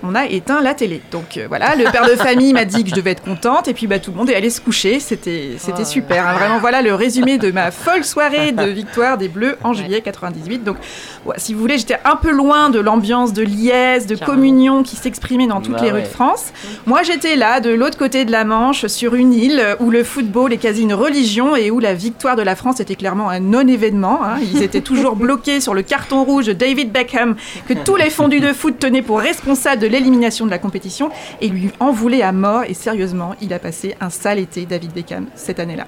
D: On a éteint la télé. Donc euh, voilà, le père de famille m'a dit que je devais être contente et puis bah, tout le monde est allé se coucher. C'était
F: Oh là
D: c'était super. hein. Vraiment, voilà le résumé de ma folle soirée de victoire des Bleus en juillet 98. Donc, ouais, si vous voulez, j'étais un peu loin de l'ambiance de liesse, de
F: Carrément.
D: communion qui s'exprimait dans toutes
B: Bah
D: les rues
B: ouais.
D: de France. Moi, j'étais là, de l'autre côté de la Manche, sur une île euh, où le football est quasi une religion et où la victoire de la France était clairement un non-événement. hein. Ils étaient toujours bloqués sur le carton rouge de David Beckham, que tous les fondus de foot tenaient pour responsable de l'élimination de la compétition et lui en voulaient à mort. Et sérieusement, il a passé un sale été, David Beckham, cette année-là.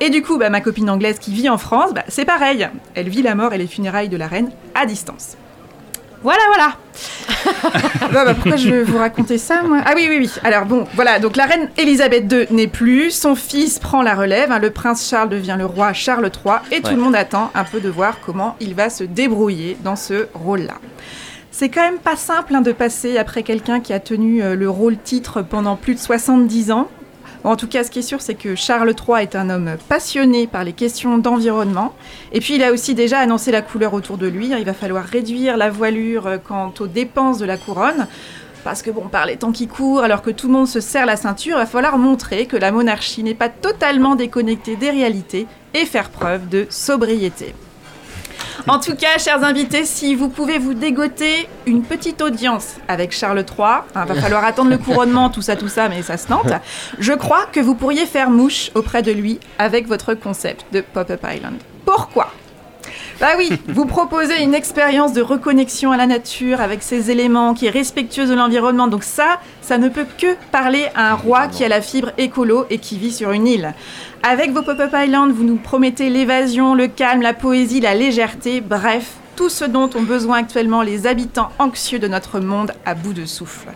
D: Et du coup, bah, ma copine anglaise qui vit en France, bah, c'est pareil. Elle vit la mort et les funérailles de la reine à distance. Voilà, voilà. Bah, bah, pourquoi je vais vous raconter ça, moi Ah oui, oui, oui. Alors bon, voilà. Donc la reine Elisabeth II n'est plus. Son fils prend la relève. hein, le prince Charles devient le roi Charles III. Et tout
B: Ouais.
D: le monde attend un peu de voir comment il va se débrouiller dans ce rôle-là. C'est quand même pas simple hein, de passer après quelqu'un qui a tenu euh, le rôle titre pendant plus de 70 ans. Bon, en tout cas, ce qui est sûr, c'est que Charles III est un homme passionné par les questions d'environnement. Et puis, il a aussi déjà annoncé la couleur autour de lui. hein. Il va falloir réduire la voilure euh, quant aux dépenses de la couronne. Parce que, bon, par les temps qui courent, alors que tout le monde se serre la ceinture, il va falloir montrer que la monarchie n'est pas totalement déconnectée des réalités et faire preuve de sobriété. En tout cas, chers invités, si vous pouvez vous dégoter une petite audience avec Charles III, hein, va falloir attendre le couronnement, tout ça, tout ça, mais ça se tente. Je crois que vous pourriez faire mouche auprès de lui avec votre concept de Pop-Up Island. Pourquoi bah oui, vous proposez une expérience de reconnexion à la nature avec ses éléments qui est respectueuse de l'environnement. Donc ça, ça ne peut que parler à un roi qui a la fibre écolo et qui vit sur une île. Avec vos Pop-Up Island, vous nous promettez l'évasion, le calme, la poésie, la légèreté, bref, tout ce dont ont besoin actuellement les habitants anxieux de notre monde à bout de souffle.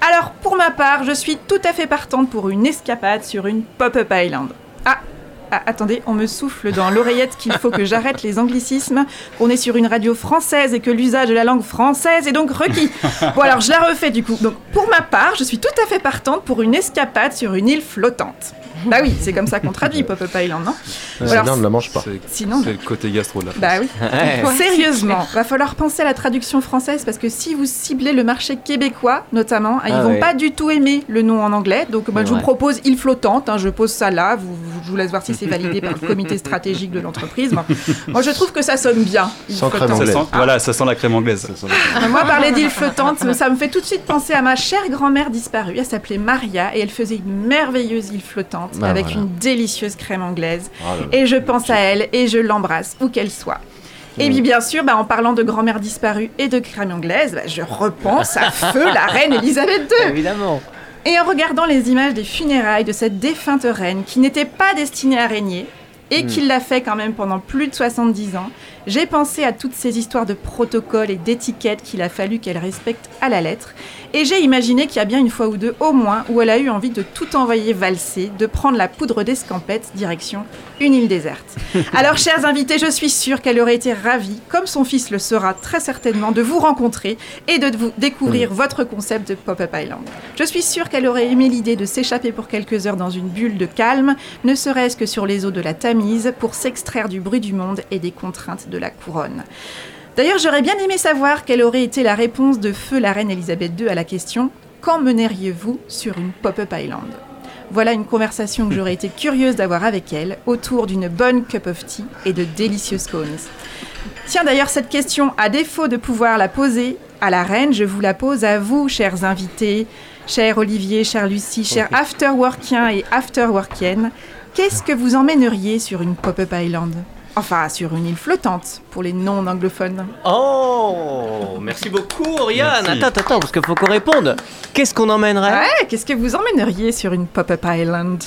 D: Alors, pour ma part, je suis tout à fait partante pour une escapade sur une Pop-Up Island. Ah, ah, attendez, on me souffle dans l'oreillette qu'il faut que j'arrête les anglicismes, qu'on est sur une radio française et que l'usage de la langue française est donc requis. Bon, alors je la refais du coup. Donc, pour ma part, je suis tout à fait partante pour une escapade sur une île flottante. Bah oui, c'est comme ça qu'on traduit Pop-Up Island, non
E: Celle-là, on ne la mange pas.
G: C'est
D: Sinon,
G: c'est le côté gastro de la France.
D: bah oui.
B: Ouais.
D: Sérieusement, va falloir penser à la traduction française parce que si vous ciblez le marché québécois notamment, hein, ils
B: Ah
D: vont
B: ouais.
D: pas du tout aimer le nom en anglais. Donc moi
B: C'est
D: je vous
B: vrai.
D: propose île flottante, hein, je pose ça là, vous, vous- je vous laisse voir si c'est validé par le comité stratégique de l'entreprise. Moi, moi, je trouve que ça sonne bien. île
E: Sans crème
D: flottante.
G: Ça
E: Anglais.
G: sent, voilà, ça sent la crème anglaise.
D: Ah, Moi, parler d'île flottante, ça me fait tout de suite penser à ma chère grand-mère disparue. Elle s'appelait Maria et elle faisait une merveilleuse île flottante
E: Ah,
D: avec
E: voilà.
D: une délicieuse crème anglaise.
E: Ah là là.
D: Et je pense à elle et je l'embrasse, où qu'elle soit. Et puis bien sûr, bah, en parlant de grand-mère disparue et de crème anglaise, bah, je repense à feu la reine Elisabeth II.
B: Évidemment.
D: Et en regardant les images des funérailles de cette défunte reine qui n'était pas destinée à régner et qui l'a fait quand même pendant plus de 70 ans, j'ai pensé à toutes ces histoires de protocoles et d'étiquettes qu'il a fallu qu'elle respecte à la lettre. Et j'ai imaginé qu'il y a bien une fois ou deux au moins où elle a eu envie de tout envoyer valser, de prendre la poudre d'escampette direction une île déserte. Alors chers invités, je suis sûre qu'elle aurait été ravie, comme son fils le sera très certainement, de vous rencontrer et de vous découvrir votre concept de Pop-Up Island. Je suis sûre qu'elle aurait aimé l'idée de s'échapper pour quelques heures dans une bulle de calme, ne serait-ce que sur les eaux de la Tamise, pour s'extraire du bruit du monde et des contraintes de la couronne. D'ailleurs, j'aurais bien aimé savoir quelle aurait été la réponse de feu la reine Elisabeth II à la question Quand meneriez-vous sur une Pop-Up Island Voilà une conversation que j'aurais été curieuse d'avoir avec elle autour d'une bonne cup of tea et de délicieux scones. Tiens d'ailleurs cette question, à défaut de pouvoir la poser à la reine, je vous la pose à vous, chers invités, chers Olivier, chers Lucie, chers afterworkiens et afterworkiennes. Qu'est-ce que vous emmèneriez sur une pop-up island Enfin, sur une île flottante, pour les non-anglophones.
B: Oh Merci beaucoup, Oriane
G: Merci.
B: Attends, attends, attends, parce qu'il faut qu'on réponde. Qu'est-ce qu'on emmènerait
D: Ouais, qu'est-ce que vous emmèneriez sur une pop-up island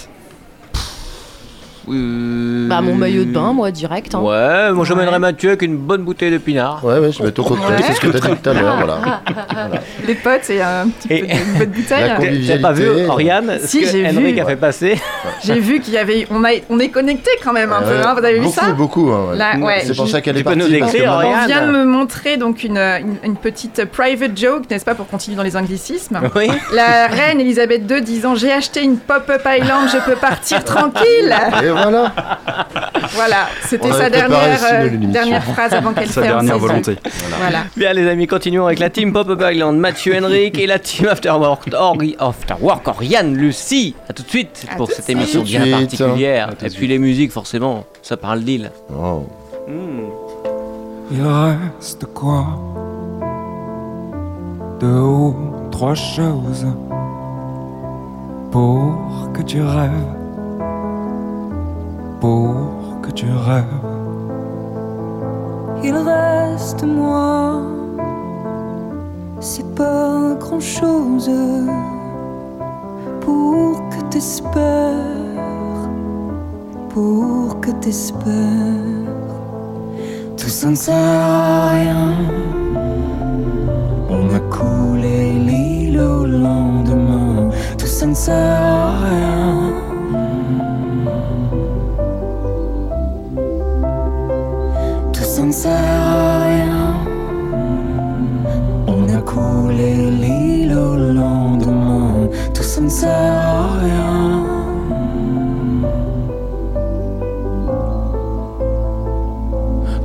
B: Euh,
F: Bah, mon maillot de bain, moi, direct. hein.
B: Ouais, moi j'emmènerais Mathieu avec une bonne bouteille de pinard.
E: Ouais, ouais, je mets ton cocktail,
D: Ouais.
E: c'est ce que t'as dit tout à l'heure, voilà.
D: Ah, Les potes, c'est un petit
B: Et-
D: peu de une bonne bouteille.
E: La
D: hein.
E: convivialité.
B: T'as pas vu Oriane ce
D: Si,
B: que
D: j'ai vu.
B: Henrik a fait passer
D: J'ai vu qu'il y avait... On, a... on est connecté quand même un peu,
E: Ouais.
D: hein, vous avez vu
E: Euh, beaucoup,
D: ça
E: Beaucoup, hein, ouais.
D: Là, ouais.
E: C'est pour ça qu'elle
B: Tu
E: est
B: peux
E: partie.
B: nous
E: parce que
B: décrire,
E: maintenant-
B: Oriane
D: On vient de me montrer donc une, une- une petite private joke, n'est-ce pas, pour continuer dans les anglicismes.
B: Oui.
D: La reine Elisabeth II disant J'ai acheté une pop-up island, je peux partir tranquille.
E: Et voilà
D: Voilà, c'était
E: On
D: sa
E: avait préparé le
D: dernière,
E: signe de
D: euh,
E: l'émission.
D: dernière phrase avant qu'elle
G: Sa
D: ferme
G: dernière
D: ses yeux.
G: volonté.
D: Voilà.
B: Bien les amis, continuons avec la team Pop-Up Island, Mathieu Henrik et la team Afterwork, Ori, Afterwork Oriane, Lucie. A tout de suite
D: À
B: pour
D: tout de
B: cette
D: suite.
B: émission
E: À tout de
B: bien
E: suite. hein.
B: particulière.
G: À tout de
B: Et puis les musiques, forcément, ça parle d'île.
E: Oh.
H: Il reste quoi Deux ou trois choses pour que tu rêves, pour que tu rêves.
C: Il reste moi, c'est pas grand chose pour que t'espères, pour que t'espères.
H: Tout ça ne sert à rien. On a coulé l'île au lendemain. Tout ça ne sert à rien. Tout ça ne sert à rien. On a coulé l'île au lendemain. Tout ça ne sert à rien.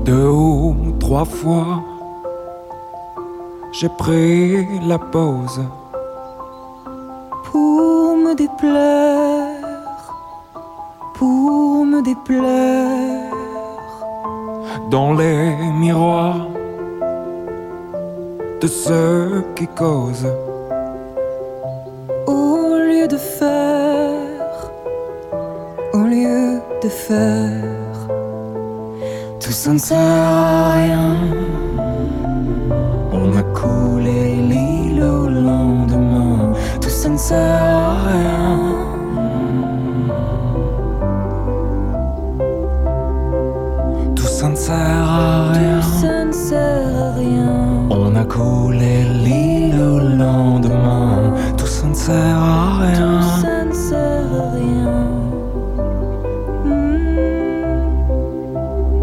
H: deux ou trois fois. J'ai pris la pause
C: pour me déplaire, pour me déplaire,
H: dans les miroirs de ceux qui causent.
C: au lieu de faire, au lieu de faire.
H: Tout ça ne sert à rien. On a coulé l'île au lendemain. Tout ça ne sert à rien. Tout ça ne sert à rien.
C: Ça ne sert à rien.
H: On a coulé l'île au lendemain. Tout ça ne sert à rien.
C: Ça ne sert à rien. Hmm.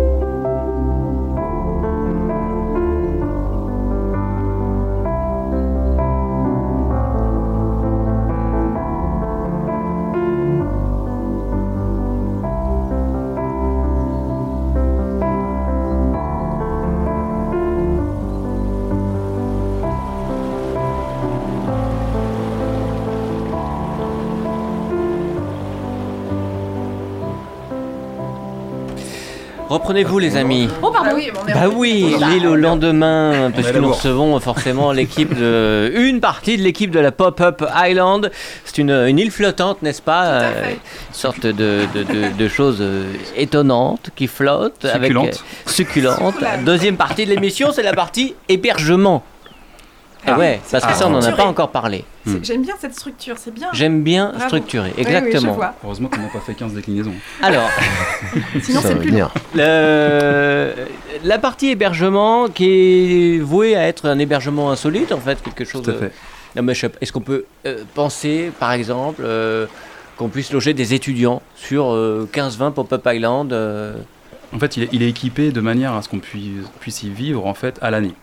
B: Reprenez-vous les amis.
D: Oh, pardon. oui, on est
B: Bah oui, l'île au lendemain, parce
G: est
B: que nous
G: d'abord.
B: recevons euh, forcément l'équipe de une partie de l'équipe de la Pop-Up Island. C'est une, une île flottante, n'est-ce pas
D: à fait.
B: Euh, Sorte de, de, de, de choses euh, étonnantes qui flottent, avec
G: Succulentes.
B: euh, succulentes. Deuxième partie de l'émission, c'est la partie hébergement. Eh
G: Ah,
B: ouais, parce que
G: ah,
B: ça on n'en a
D: structuré.
B: pas encore parlé.
D: C'est- J'aime bien cette structure, c'est bien.
B: J'aime bien
D: Bravo.
B: structurer,
D: Oui, oui, je
B: exactement.
D: vois.
G: Heureusement qu'on n'a pas fait 15 déclinaisons.
B: Alors,
D: Sinon,
E: ça
D: c'est
E: va
D: plus
E: venir.
B: Le- la partie hébergement qui est vouée à être un hébergement insolite, en fait, quelque chose.
G: Tout à
B: de-
G: fait.
B: Non, mais je sais pas. Est-ce qu'on peut euh, penser, par exemple, euh, qu'on puisse loger des étudiants sur euh, 15-20 Pop-Up Island euh,
G: En fait, il est, il est équipé de manière à ce qu'on puisse, puisse y vivre en fait à l'année.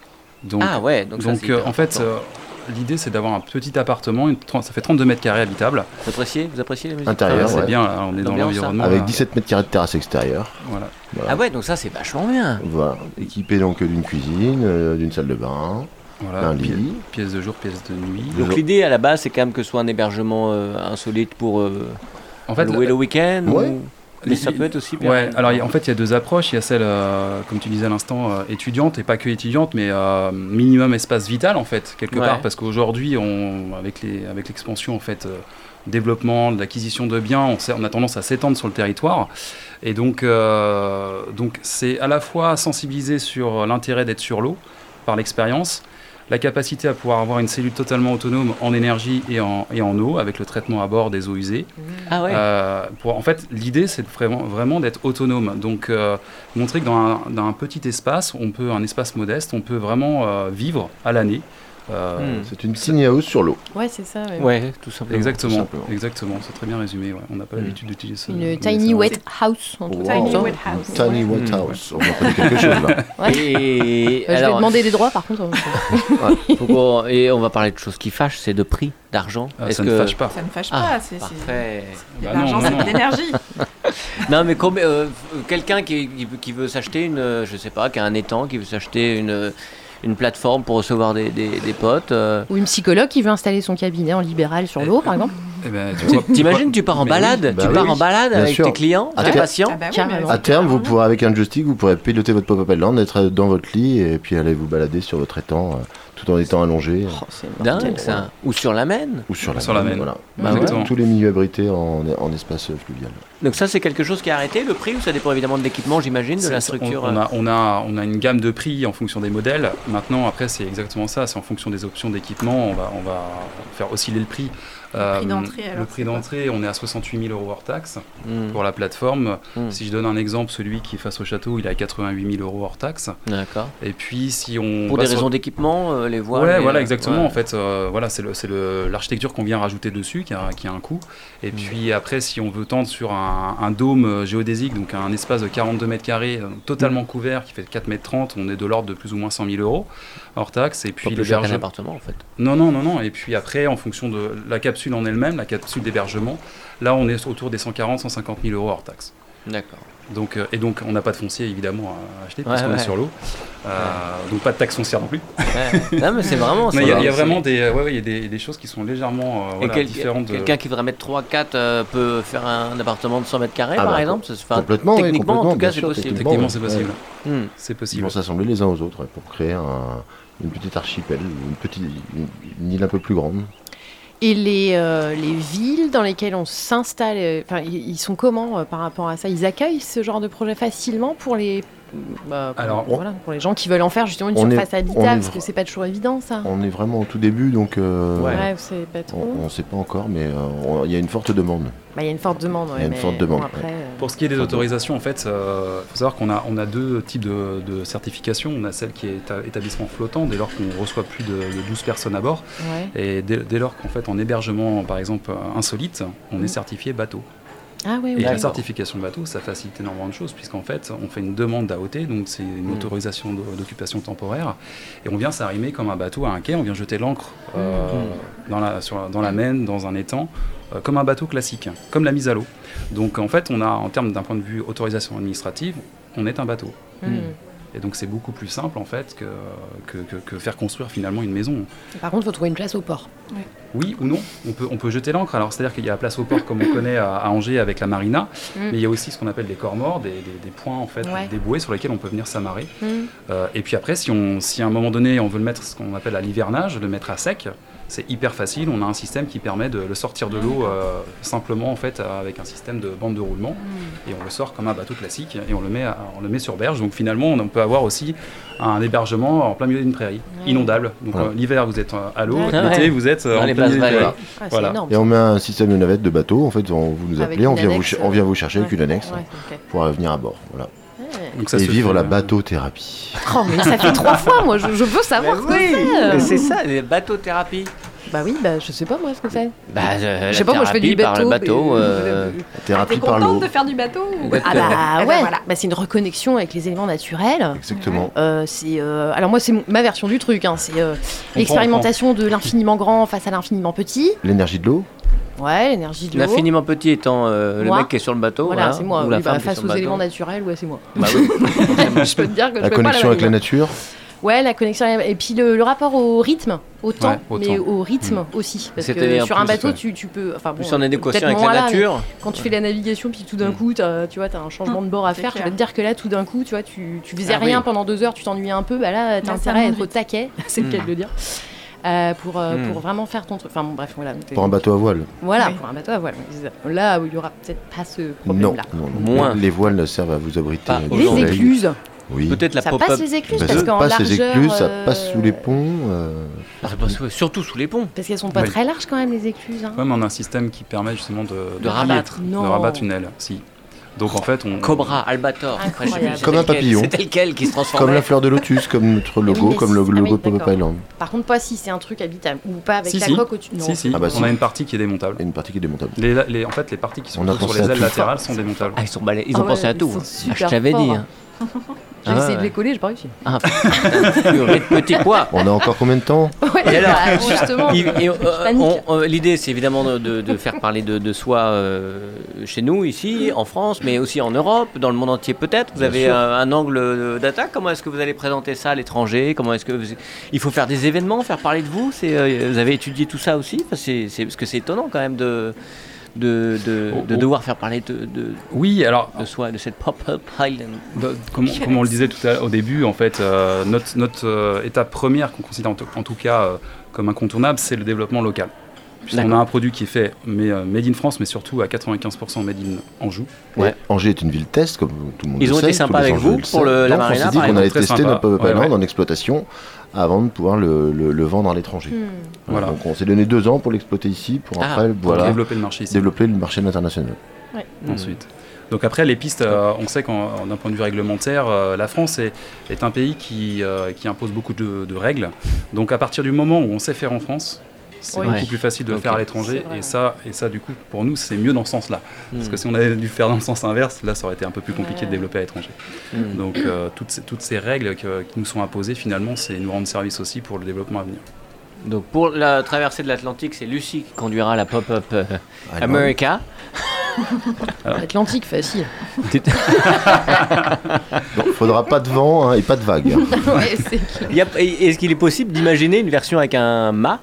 G: Donc,
B: Ah ouais, donc,
G: donc,
B: ça, c'est
G: euh,
B: hyper
G: en fait,
B: important.
G: euh, l'idée c'est d'avoir un petit appartement, une tren- ça fait 32 mètres carrés habitables.
B: vous appréciez, vous appréciez la musique
E: Intérieur,
G: Ah,
E: D'ailleurs,
G: c'est
E: ouais.
G: bien, là, on est dans
B: L'ambiance,
G: l'environnement.
E: Avec
G: là.
E: 17 mètres carrés de terrasse extérieure.
G: Voilà.
B: Ah ouais, donc ça c'est vachement bien.
E: Voilà. Équipé donc d'une cuisine, euh, d'une salle de bain.
G: Voilà,
E: Un
G: pi-
E: lit.
G: pièce de jour, pièce de nuit.
B: Donc l'idée à la base, c'est quand même que ce soit un hébergement euh, insolite pour euh,
G: En fait,
B: louer le week-end.
E: Ouais.
B: ou- Mais ça
G: Il-
B: peut être aussi.
G: Ouais, alors il y a- en fait, il y a deux approches. Il y a celle, euh, comme tu disais à l'instant, euh, étudiante, et pas que étudiante, mais euh, minimum espace vital, en fait, quelque
B: Ouais.
G: part, parce qu'aujourd'hui, on- avec les- avec l'expansion, avec en fait, euh, développement, de l'acquisition de biens, on, s'est- on a tendance à s'étendre sur le territoire. Et donc, euh, donc c'est à la fois sensibiliser sur l'intérêt d'être sur l'eau, par l'expérience, la capacité à pouvoir avoir une cellule totalement autonome en énergie et en, et en eau, avec le traitement à bord des eaux usées.
F: Mmh.
B: Ah ouais.
G: Euh, pour, en fait, l'idée, c'est de vraiment, vraiment d'être autonome. Donc, euh, montrer que dans un, dans un petit espace, on peut, un espace modeste, on peut vraiment euh, vivre à l'année. Euh,
B: Hmm.
E: C'est une tiny house sur l'eau.
F: Ouais, c'est ça. ouais.
B: Ouais, Mmh. tout simplement.
E: Tout
G: Exactement,
E: simplement.
G: exactement. C'est très bien résumé. ouais. On n'a pas
B: Mm.
G: l'habitude d'utiliser ça.
F: Une tiny wet house. en tout
E: Wow.
F: cas. Euh,
D: Tiny
F: Ouais.
D: wet house.
E: Tiny
B: Ouais.
E: White House. On va faire quelque chose là.
B: Et,
F: Bah, je vais
B: alors,
F: demander des droits par contre.
B: faut qu'on- et on va parler de choses qui fâchent, c'est de prix, d'argent.
G: Ah,
B: Est-ce
G: ça ne
B: que-
G: fâche pas.
D: Ça ne fâche
B: Ah,
D: pas. c'est- c'est-
B: Parfait.
G: Bah non,
D: L'argent,
G: non,
D: c'est de
G: non.
D: l'énergie. Ah
B: Non mais combien- euh, f- quelqu'un qui, qui- qui veut s'acheter une, euh, je sais pas, qui a un étang, qui veut s'acheter une, euh, une plateforme pour recevoir des, des- des potes. euh,
F: Ou une psychologue qui veut installer son cabinet en libéral sur l'eau par exemple.
G: Eh ben, tu
B: t-
G: vois-
B: T'imagines, tu pars en
G: Mais oui,
B: balade,
E: bah
B: tu
E: oui,
B: pars
E: oui.
B: en balade
E: Bien
B: avec
E: sûr.
B: tes clients,
E: Ah,
B: tes
E: t'es-
B: patients.
D: bah oui,
F: Carrément.
D: mais
E: À
D: c'est
E: terme, vous
D: clairement.
E: pourrez, avec un joystick, vous pourrez piloter votre pop-up land, être dans votre lit et puis aller vous balader sur votre étang euh, tout en étant allongé euh,
F: Oh, c'est
B: Dingue
F: mortel.
B: ça. Ou sur la Maine.
E: ou sur la
G: Sur la Maine.
E: Voilà.
B: Bah
G: Exactement.
E: Tous les milieux abrités en, en espace euh, fluvial.
B: Donc ça c'est quelque chose qui est arrêté, le prix, ou ça dépend évidemment de l'équipement, j'imagine, de la
G: C'est-
B: structure.
G: On, on
B: euh.
G: a, on, a, on a une gamme de prix en fonction des modèles. Maintenant, après, c'est exactement ça. C'est en fonction des options d'équipement. On va, on va faire osciller le prix. Euh,
D: prix d'entrée, alors,
G: le
D: c'est
G: prix
D: quoi
G: d'entrée, on est à 68 000 euros hors taxe.
B: Hmm,
G: pour la plateforme.
B: Mm.
G: Si je donne un exemple, celui qui est face au château, il est à 88 000 euros hors taxe.
B: D'accord.
G: Et puis si on
B: Pour
G: va
B: des
G: sur-
B: raisons d'équipement, euh, les voies.
G: ouais,
B: les-
G: voilà, exactement.
B: ouais.
G: En fait, euh, voilà, c'est le- c'est le- l'architecture qu'on vient rajouter dessus, qui a, qui a un coût. Et
B: Mm.
G: puis après, si on veut tendre sur un, un dôme euh, géodésique, donc un espace de 42 mètres carrés, euh,
B: Mm.
G: totalement couvert, qui fait 4 mètres 30, on est de l'ordre de plus ou moins 100 000 euros hors taxe. Et
B: Pas
G: puis
B: plus cher qu'un
G: l'hébergement-
B: appartement en fait.
G: non, non, non, non. Et puis après, en fonction de la capsule en elle-même, la capsule d'hébergement, là, on est autour des 140 150 000 euros hors taxe.
B: D'accord.
G: Donc, euh, et donc, on n'a pas de foncier évidemment à acheter parce
B: Ouais,
G: qu'on
B: ouais.
G: est sur l'eau. Euh, Donc, pas de taxe foncière non plus.
B: Ouais. non mais c'est vraiment.
G: Mais
B: ça,
G: il y, a-
B: hein,
G: il y a
B: c'est-
G: vraiment des, euh, ouais, ouais, il y a des, des choses qui sont légèrement euh,
B: Et
G: voilà,
B: quel-
G: différentes. de-
B: quelqu'un qui voudrait mettre 3, 4 peut faire un appartement de 100 mètres carrés,
E: Ah
B: par
E: bah,
B: exemple ça se- enfin,
E: complètement, oui,
B: Techniquement, en
E: complètement,
B: tout cas,
E: bien
B: c'est
E: sûr,
B: possible.
E: techniquement.
G: Effectivement,
E: Bon,
G: c'est
E: ouais.
G: possible.
B: Hmm.
G: C'est
E: Ils
G: possible.
E: vont s'assembler les uns aux autres ouais, pour créer un- une petite archipel, une petite une, une île un peu plus grande.
F: Et les, euh, les villes dans lesquelles on s'installe, euh, enfin, ils ils sont comment euh, par rapport à ça Ils accueillent ce genre de projet facilement pour les, bah, pour-
G: Alors,
F: voilà, pour les gens qui veulent en faire justement une
E: on est-
F: surface
E: on est
F: habitable, parce
E: vra-
F: que c'est pas toujours évident ça.
E: On est vraiment au tout début, donc euh,
F: Ouais, c'est pas
E: on-
F: trop.
E: on ne sait pas encore, mais euh, on- il y a une forte demande.
F: Bah, Il y a une forte demande.
E: Il y a
F: ouais,
E: une
F: mais
E: forte demande,
F: bon, après, euh,
G: Pour ce qui est des autorisations, en fait, il faut savoir qu'on a, on a deux types de, de certifications. On a celle qui est éta- établissement flottant, dès lors qu'on reçoit plus de, de 12 personnes à bord.
F: ouais.
G: Et dès, dès lors qu'en fait, en hébergement, par exemple, euh, insolite, on est certifié bateau.
F: Ah oui,
G: Et la certification de bateau, ça facilite énormément de choses, puisqu'en fait, on fait une demande d'AOT, donc c'est une autorisation d'o- d'occupation temporaire, et on vient s'arrimer comme un bateau à un quai, on vient jeter l'ancre euh, dans, la, sur la- dans la Maine, dans un étang, euh, comme un bateau classique, comme la mise à l'eau. Donc en fait, on a, en termes d'un point de vue autorisation administrative, on est un bateau.
F: Hmm.
G: Et donc c'est beaucoup plus simple en fait que, que, que- que faire construire finalement une maison.
F: Par contre, il faut trouver une place au port.
G: Oui ou non, on peut, on peut jeter l'ancre. Alors, c'est-à-dire qu'il y a la place au port, comme on connaît à, à Angers avec la marina,
F: Mm.
G: mais il y a aussi ce qu'on appelle des corps morts, des, des- des points, en fait,
F: Ouais.
G: des bouées sur lesquelles on peut venir s'amarrer.
F: Hmm.
G: Euh, et puis après, si, on, si à un moment donné, on veut le mettre, ce qu'on appelle à l'hivernage, le mettre à sec, c'est hyper facile. On a un système qui permet de le sortir de l'eau euh, simplement, en fait, avec un système de bande de roulement.
B: Mm.
G: Et on le sort comme un bateau classique et on le met, à- on le met sur berge. Donc finalement, on peut avoir aussi un hébergement en plein milieu d'une prairie, inondable. Donc
E: Ouais.
G: euh, l'hiver, vous êtes euh, à l'eau,
B: Ouais.
G: l'été, vous êtes euh,
B: Dans
G: en
B: les
G: plein milieu d'une
B: basses-vallées.
G: prairie.
F: Ah,
G: Voilà.
F: C'est énorme.
E: Et on met un système de navette de bateau. En fait, on, vous nous
F: Avec
E: appelez, on
F: une
E: vient, vous,
F: annexe,
E: ch-
F: euh,
E: on vient vous chercher avec
F: ouais,
E: une annexe
F: ouais, ok.
E: pour euh, venir à bord. Voilà.
F: Ouais.
G: Donc
E: Et
G: se
E: vivre
G: fait,
E: la
G: euh,
E: bateau-thérapie.
F: Oh, mais ça fait trois fois, moi, je, je veux
B: Hmm.
F: savoir ce que
B: Mais
F: c'est. euh.
B: c'est ça, les bateaux thérapie.
F: Bah oui, bah, je sais pas moi ce que c'est.
B: Bah, euh,
F: Je
B: la
F: sais pas, moi, je fais du
B: thérapie par le
F: bateau.
B: bateau.
F: mais-
B: euh,
E: Thérapie
D: T'es
E: par l'eau.
D: contente de faire du bateau
F: Ah
D: ou-
B: Exactement.
F: bah
D: Eh
F: ouais,
D: ben voilà.
F: bah, c'est une reconnexion avec les éléments naturels.
E: Exactement.
F: Euh, c'est euh, alors moi c'est mon- ma version du truc, hein. c'est euh,
G: on
F: l'expérimentation de l'infiniment grand face à l'infiniment petit.
E: L'énergie de l'eau.
F: Ouais, l'énergie de l'eau.
B: L'infiniment petit étant euh, le
F: Moi.
B: mec qui est sur le bateau.
F: Voilà, c'est moi.
B: ou la
F: Oui, bah,
B: femme qui est
F: face
B: sur
F: aux
B: le bateau.
F: éléments naturels, ouais, c'est moi.
B: Bah oui.
F: je peux te dire que je fais pas
E: La
F: la
E: connexion avec la
F: même.
E: nature.
F: Ouais, la connexion. Et puis le, le rapport au rythme, au temps,
G: au
F: mais
G: temps.
F: au rythme
E: Mm.
F: aussi. Parce que
B: C'est-à-dire
F: sur un
B: plus,
F: bateau,
G: ouais.
F: tu, tu peux. Enfin, bon,
B: Plus en
F: euh,
B: adéquation
F: peut-être
B: avec
F: moins
B: la
F: là, mais
B: nature. Mm.
F: Quand tu fais la navigation, puis tout d'un coup, t'as- tu vois, t'as un changement de bord à
D: C'est
F: faire. Je
D: clair.
F: vais te dire que là, tout d'un coup, tu vois, tu, tu faisais
B: Ah oui.
F: rien pendant deux heures, tu t'ennuyais un peu. Bah là,
D: Là,
F: t'as
D: ça
F: intérêt à
D: monte
F: être au
D: vite.
F: taquet, c'est le cas de le dire. euh, pour, euh,
B: Mm.
F: pour vraiment faire ton truc. Enfin bon, bref, voilà.
E: Pour un bateau à voile.
F: Voilà,
D: Oui.
F: pour un bateau à voile. Là où il y aura peut-être pas ce
E: Non,
F: problème-là.
E: non, non.
B: Moins.
E: Les voiles ne servent à vous abriter.
B: Pas
E: du
B: Les
F: Les
E: soleil.
F: écluses.
E: Oui.
B: Peut-être la
F: Ça passe
B: pop-up.
F: les écluses
E: Bah,
F: parce
E: ça
F: qu'en
E: passe
F: largeur.
E: les écluses, ça
F: euh,
E: passe sous les ponts. euh,
B: Ça passe, ouais, Bah, Surtout sous les ponts.
F: Parce qu'elles sont pas
G: Oui.
F: très larges quand même les écluses. hein. Ah bah,
G: Ouais, mais on a un système qui permet justement de,
B: De rabattre.
G: de
F: Non.
G: rabattre une aile. Si. Donc en fait, on.
B: Mmh. Cobra, Albator.
F: Incroyable.
B: Après, j'ai vu, c'était
E: Comme un
B: lequel-
E: papillon.
B: C'était lequel qui se transformait
E: Comme la fleur de lotus, comme notre logo,
F: mais
E: comme le
F: si- ah
E: logo
F: oui,
E: de Pop-Up
F: d'accord.
E: Island.
F: Par contre, pas si c'est un truc habitable ou pas avec
G: Si,
F: la
G: si.
F: coque au-dessus. Non.
G: Si, si.
E: Ah bah, si.
G: On a une partie qui est démontable.
E: Et une partie qui est démontable.
G: Les, les- en fait, les parties qui
E: On
G: sont
E: a
G: sur
E: pensé
G: les
E: à
G: ailes
E: tout.
G: latérales sont démontables.
B: Ah, ils, sont balais- ils
F: Ah
B: ont
F: ouais,
B: pensé à
F: ils
B: tout.
F: sont
B: hein.
F: super
B: je t'avais
F: forts,
B: dit.
F: hein. J'ai
B: Ah,
F: essayé de
B: ouais.
F: les coller, j'ai pas réussi.
B: Ah, purée de petit pois.
E: On a encore combien de temps
F: Ouais,
B: Et alors,
F: bah, justement.
B: Il- et, euh,
F: panique.
B: on- euh, L'idée, c'est évidemment de, de- de faire parler de, de soi euh, chez nous, ici, en France, mais aussi en Europe, dans le monde entier peut-être. Vous
E: Bien
B: avez
E: sûr.
B: euh, un angle euh, d'attaque. Comment est-ce que vous allez présenter ça à l'étranger Comment est-ce que vous- il faut faire des événements, faire parler de vous C'est, euh, Vous avez étudié tout ça aussi Parce que c'est- c'est- parce que c'est étonnant quand même de, de, de-
G: Oh, Ah.
B: de
G: oh.
B: devoir faire parler de, de-
G: Oui, alors
B: de soi, de cette pop-up island.
G: De- comme, comme on le disait tout à, au début, en fait, euh, notre, notre euh, étape première qu'on considère en, tout- en tout cas euh, comme incontournable, c'est le développement local. On a un produit qui est fait mais, euh, made in France, mais surtout à 95% made in Anjou.
B: Ouais.
E: Angers est une ville test, comme tout le monde
B: Ils
E: le
B: ont
E: sait.
B: été sympas
E: tous les
B: avec
E: Angevins
B: vous
E: le
B: pour
E: savent.
B: le- la
E: Donc,
B: marina,
E: On s'est
B: par
E: dit qu'on allait
G: exemple.
E: tester
G: Très
E: notre
G: sympa.
E: Pop-Up
G: Ouais,
E: Island
G: ouais.
E: en exploitation avant de pouvoir le, le- le vendre à l'étranger.
F: Hmm.
G: Voilà.
E: Donc on s'est donné deux ans pour l'exploiter ici, pour
B: Ah,
E: après
G: Pour
E: voilà,
G: développer le marché ici.
E: développer le marché international.
F: Mm.
G: ensuite. Donc après, les pistes, euh, on sait qu'en d'un point de vue réglementaire, euh, la France est, est un pays qui, euh, qui impose beaucoup de, de règles. Donc à partir du moment où on sait faire en France, c'est
F: Oui.
G: beaucoup
B: Ouais.
G: plus facile de
B: Ok.
G: le faire à
F: C'est
G: l'étranger.
F: vrai, ouais.
G: Et ça, et ça, du coup, pour nous, c'est mieux dans ce
B: Mm.
G: sens-là. Parce
B: Hmm.
G: que si on avait dû faire dans le sens inverse, là, ça aurait été un peu plus compliqué
F: Ouais.
G: de développer à l'étranger.
B: Mm.
G: Donc euh, toutes, ces, toutes ces règles que- qui nous sont imposées, finalement, c'est nous rendre service aussi pour le développement à venir.
B: Donc pour la traversée de l'Atlantique, c'est Lucie qui conduira la pop-up euh,
E: Island.
B: America.
F: Atlantique facile.
E: Donc faudra pas de vent hein, et pas de vagues. hein.
F: Ouais, c'est clair.
B: Y a- Est-ce qu'il est possible d'imaginer une version avec un mât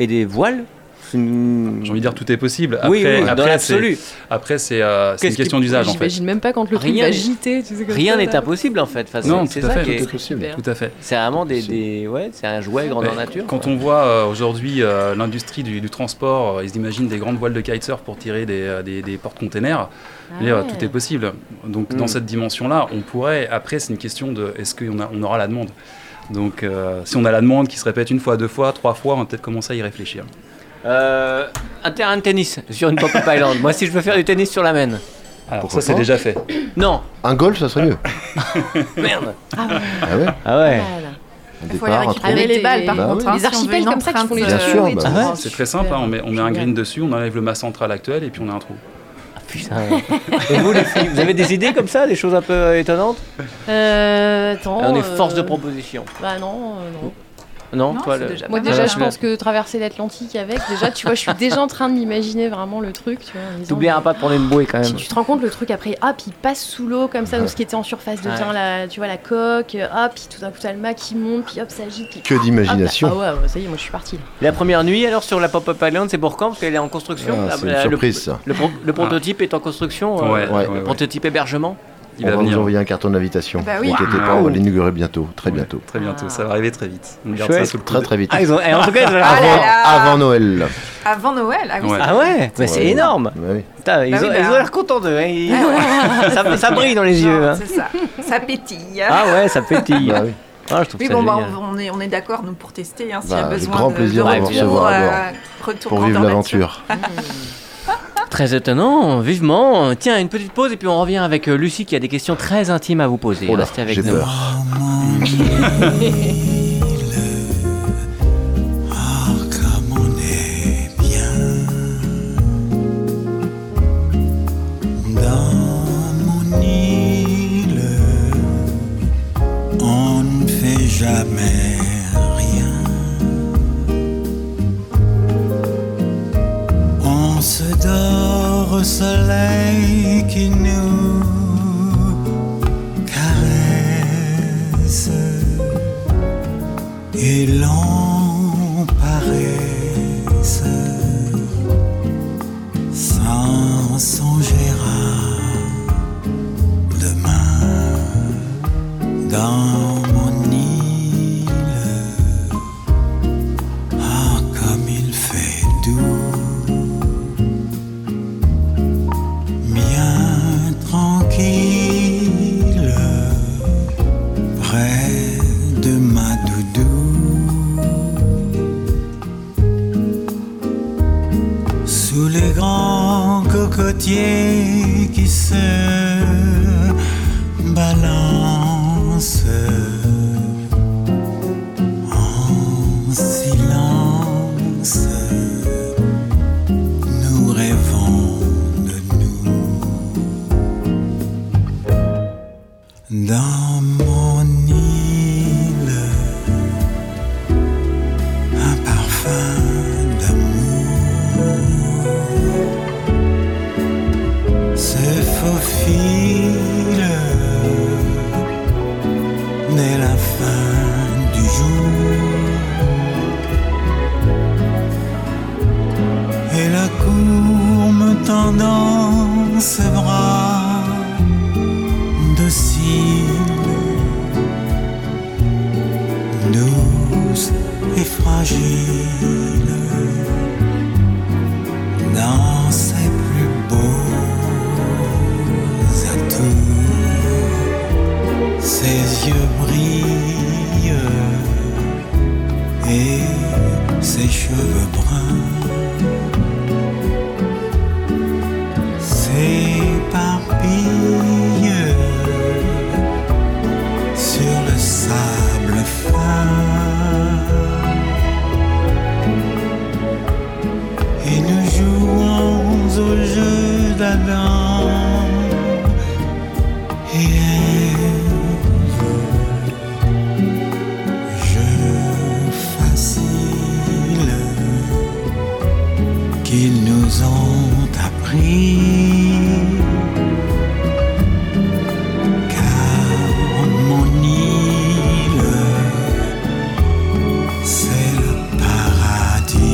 B: et des voiles J'ai
G: J'ai envie de dire, tout est possible. Après,
B: oui, oui, dans
G: après, c'est-
B: l'absolu.
G: après, c'est euh, c'est
B: Qu'est-ce
G: une
B: qui-
G: question d'usage, en fait.
F: J'imagine même pas quand le truc
B: Rien
F: va
B: n'est-
F: giter. tu sais, comme
B: Rien
F: ça,
B: n'est
F: là.
B: impossible en fait. Enfin, c'est-
G: Non,
B: c'est
G: tout à
B: ça
G: fait,
B: qui
E: Tout
B: est-
E: est possible.
G: Tout à fait.
B: C'est vraiment des,
E: C'est-
B: des- ouais, c'est un jouet grandeur
G: Ouais,
B: nature.
G: Quand on voit euh, aujourd'hui euh, l'industrie du, du transport, euh, ils imaginent des grandes voiles de kitesurf pour tirer des, euh, des- des portes-containers.
F: Ah
G: Et, euh,
F: ouais.
G: tout est possible. Donc
B: Mm.
G: dans cette dimension-là, on pourrait. Après, c'est une question de est-ce qu'on a- on aura la demande. Donc euh, si on a la demande qui se répète une fois, deux fois, trois fois, on va peut-être commencer à y réfléchir.
B: Euh, un terrain de tennis sur une pop-up island. Moi, si je veux faire du tennis sur la Maine.
G: Alors
E: Pourquoi
G: ça c'est
E: pas
G: déjà fait.
B: Non,
E: Un golf, ça serait mieux.
B: merde.
F: Ah ouais.
E: Ah ouais,
B: Ah
G: Eh.
B: ouais.
F: Voilà.
E: un
D: Il faut aller
E: départ, un trou.
D: récupérer les
F: Avec
D: balles, par
E: des-
D: contre.
E: Bah
D: hein,
F: Les
D: si on veut
F: archipels
D: une
F: comme ça qui
D: empreinte,
F: font les
E: Bien
F: jeux
E: sûr,
F: et
E: bah
F: tout.
E: ouais.
F: Oh,
G: C'est très simple,
F: super.
G: hein, on, met, on met un
F: Génial.
G: green dessus, on enlève le mât central actuel et puis on a un trou.
B: Ah, putain. Et vous les filles, vous avez des idées comme ça, des choses un peu euh, étonnantes
F: Euh, attends,
B: On est force de
F: euh,
B: proposition.
F: Bah non, euh, non.
B: Non,
D: Non,
B: toi
D: c'est
B: le-
D: déjà
G: Ah,
F: Moi
D: pas mal.
F: déjà,
B: Voilà,
F: je
B: celui-là.
F: pense que traverser l'Atlantique avec, déjà, tu vois, je suis déjà en train de m'imaginer vraiment le truc. Tu vois, en disant,
B: T'oublieras pas de prendre une bouée
E: Euh,
B: quand même.
F: Tu, tu te rends compte le truc après, hop, il passe sous l'eau comme ça, donc ce qui était en surface devient
B: Ouais.
F: la, tu vois, la coque, euh, hop, puis tout d'un coup t'as le mât qui monte, puis hop, ça gîte. Puis...
E: Que
F: hop,
E: d'imagination.
F: Ah ouais, ouais, ça y est, moi je suis partie. là.
B: La première nuit, alors sur la Pop-Up Island, c'est pour quand Parce qu'elle est en construction.
E: Ah,
B: La-
E: c'est une
B: la- bah, le-
E: surprise, ça.
B: Le, pro- le prototype est en construction. euh,
G: Ouais,
E: ouais,
B: le
G: ouais.
B: prototype hébergement.
G: Il
E: on
G: va
E: va vous
G: venir
E: envoyer un carton d'invitation.
D: Bah oui.
E: Ne vous inquiétez pas,
G: Ah.
E: on va l'inaugurer bientôt, très bientôt.
G: Très bientôt,
F: Ah.
G: ça va arriver très vite. On garde
B: Chouette.
G: ça sous le
E: Très
G: coude.
E: très vite.
B: et en tout cas, ils ont-
D: Ah
E: avant,
D: là là.
E: avant Noël.
D: Avant Noël, ah oui,
G: Ouais.
D: c'est-
B: Ah ouais, mais c'est
E: Ouais.
B: énorme.
E: Ouais, oui.
B: Putain, ils,
D: Bah
B: ont,
D: oui, bah.
B: ils ont l'air contents d'eux. hein. Ils- ça, ça brille dans les
D: Non,
B: yeux. hein.
D: c'est ça. Ça pétille.
B: Ah ouais, ça pétille.
E: Bah oui.
B: Ah, je trouve
D: Oui,
B: ça
D: bon, bah,
B: génial.
D: on, on est, on est d'accord, nous, pour tester, hein, s'il y
E: Bah,
D: a
E: avec
D: besoin
E: grand
D: de, de
E: plaisir,
B: on va
D: retour,
B: recevoir
E: à
D: euh,
E: bord.
D: retour
E: Pour
D: grandeur
E: vivre
D: nature.
E: l'aventure.
B: Très étonnant, vivement. Tiens, une petite pause et puis on revient avec euh, Lucie qui a des questions très intimes à vous poser.
E: Oh là,
B: Restez avec
E: j'ai
B: nous.
E: peur.
I: Ah, comme on est bien dans mon île, on ne fait jamais rien. On se dort au soleil qui nous caresse. et l'emparesse sans songer à demain dans mon île. Ah, comme il fait doux, bien tranquille, près de ma doudou. sous les grands cocotiers qui se balancent en silence. Nous rêvons de nous dans mon île, un parfum d'amour se faufile dès la fin du jour. Et la cour me tend dans ses bras dociles, douce et fragile dans ses plus beaux atouts. Ses yeux brillent et ses cheveux bruns s'éparpillent sur le sable fin. et nous jouons au jeu d'Adam et Ève. Jeu facile qu'ils nous ont appris. Car mon île, c'est le paradis.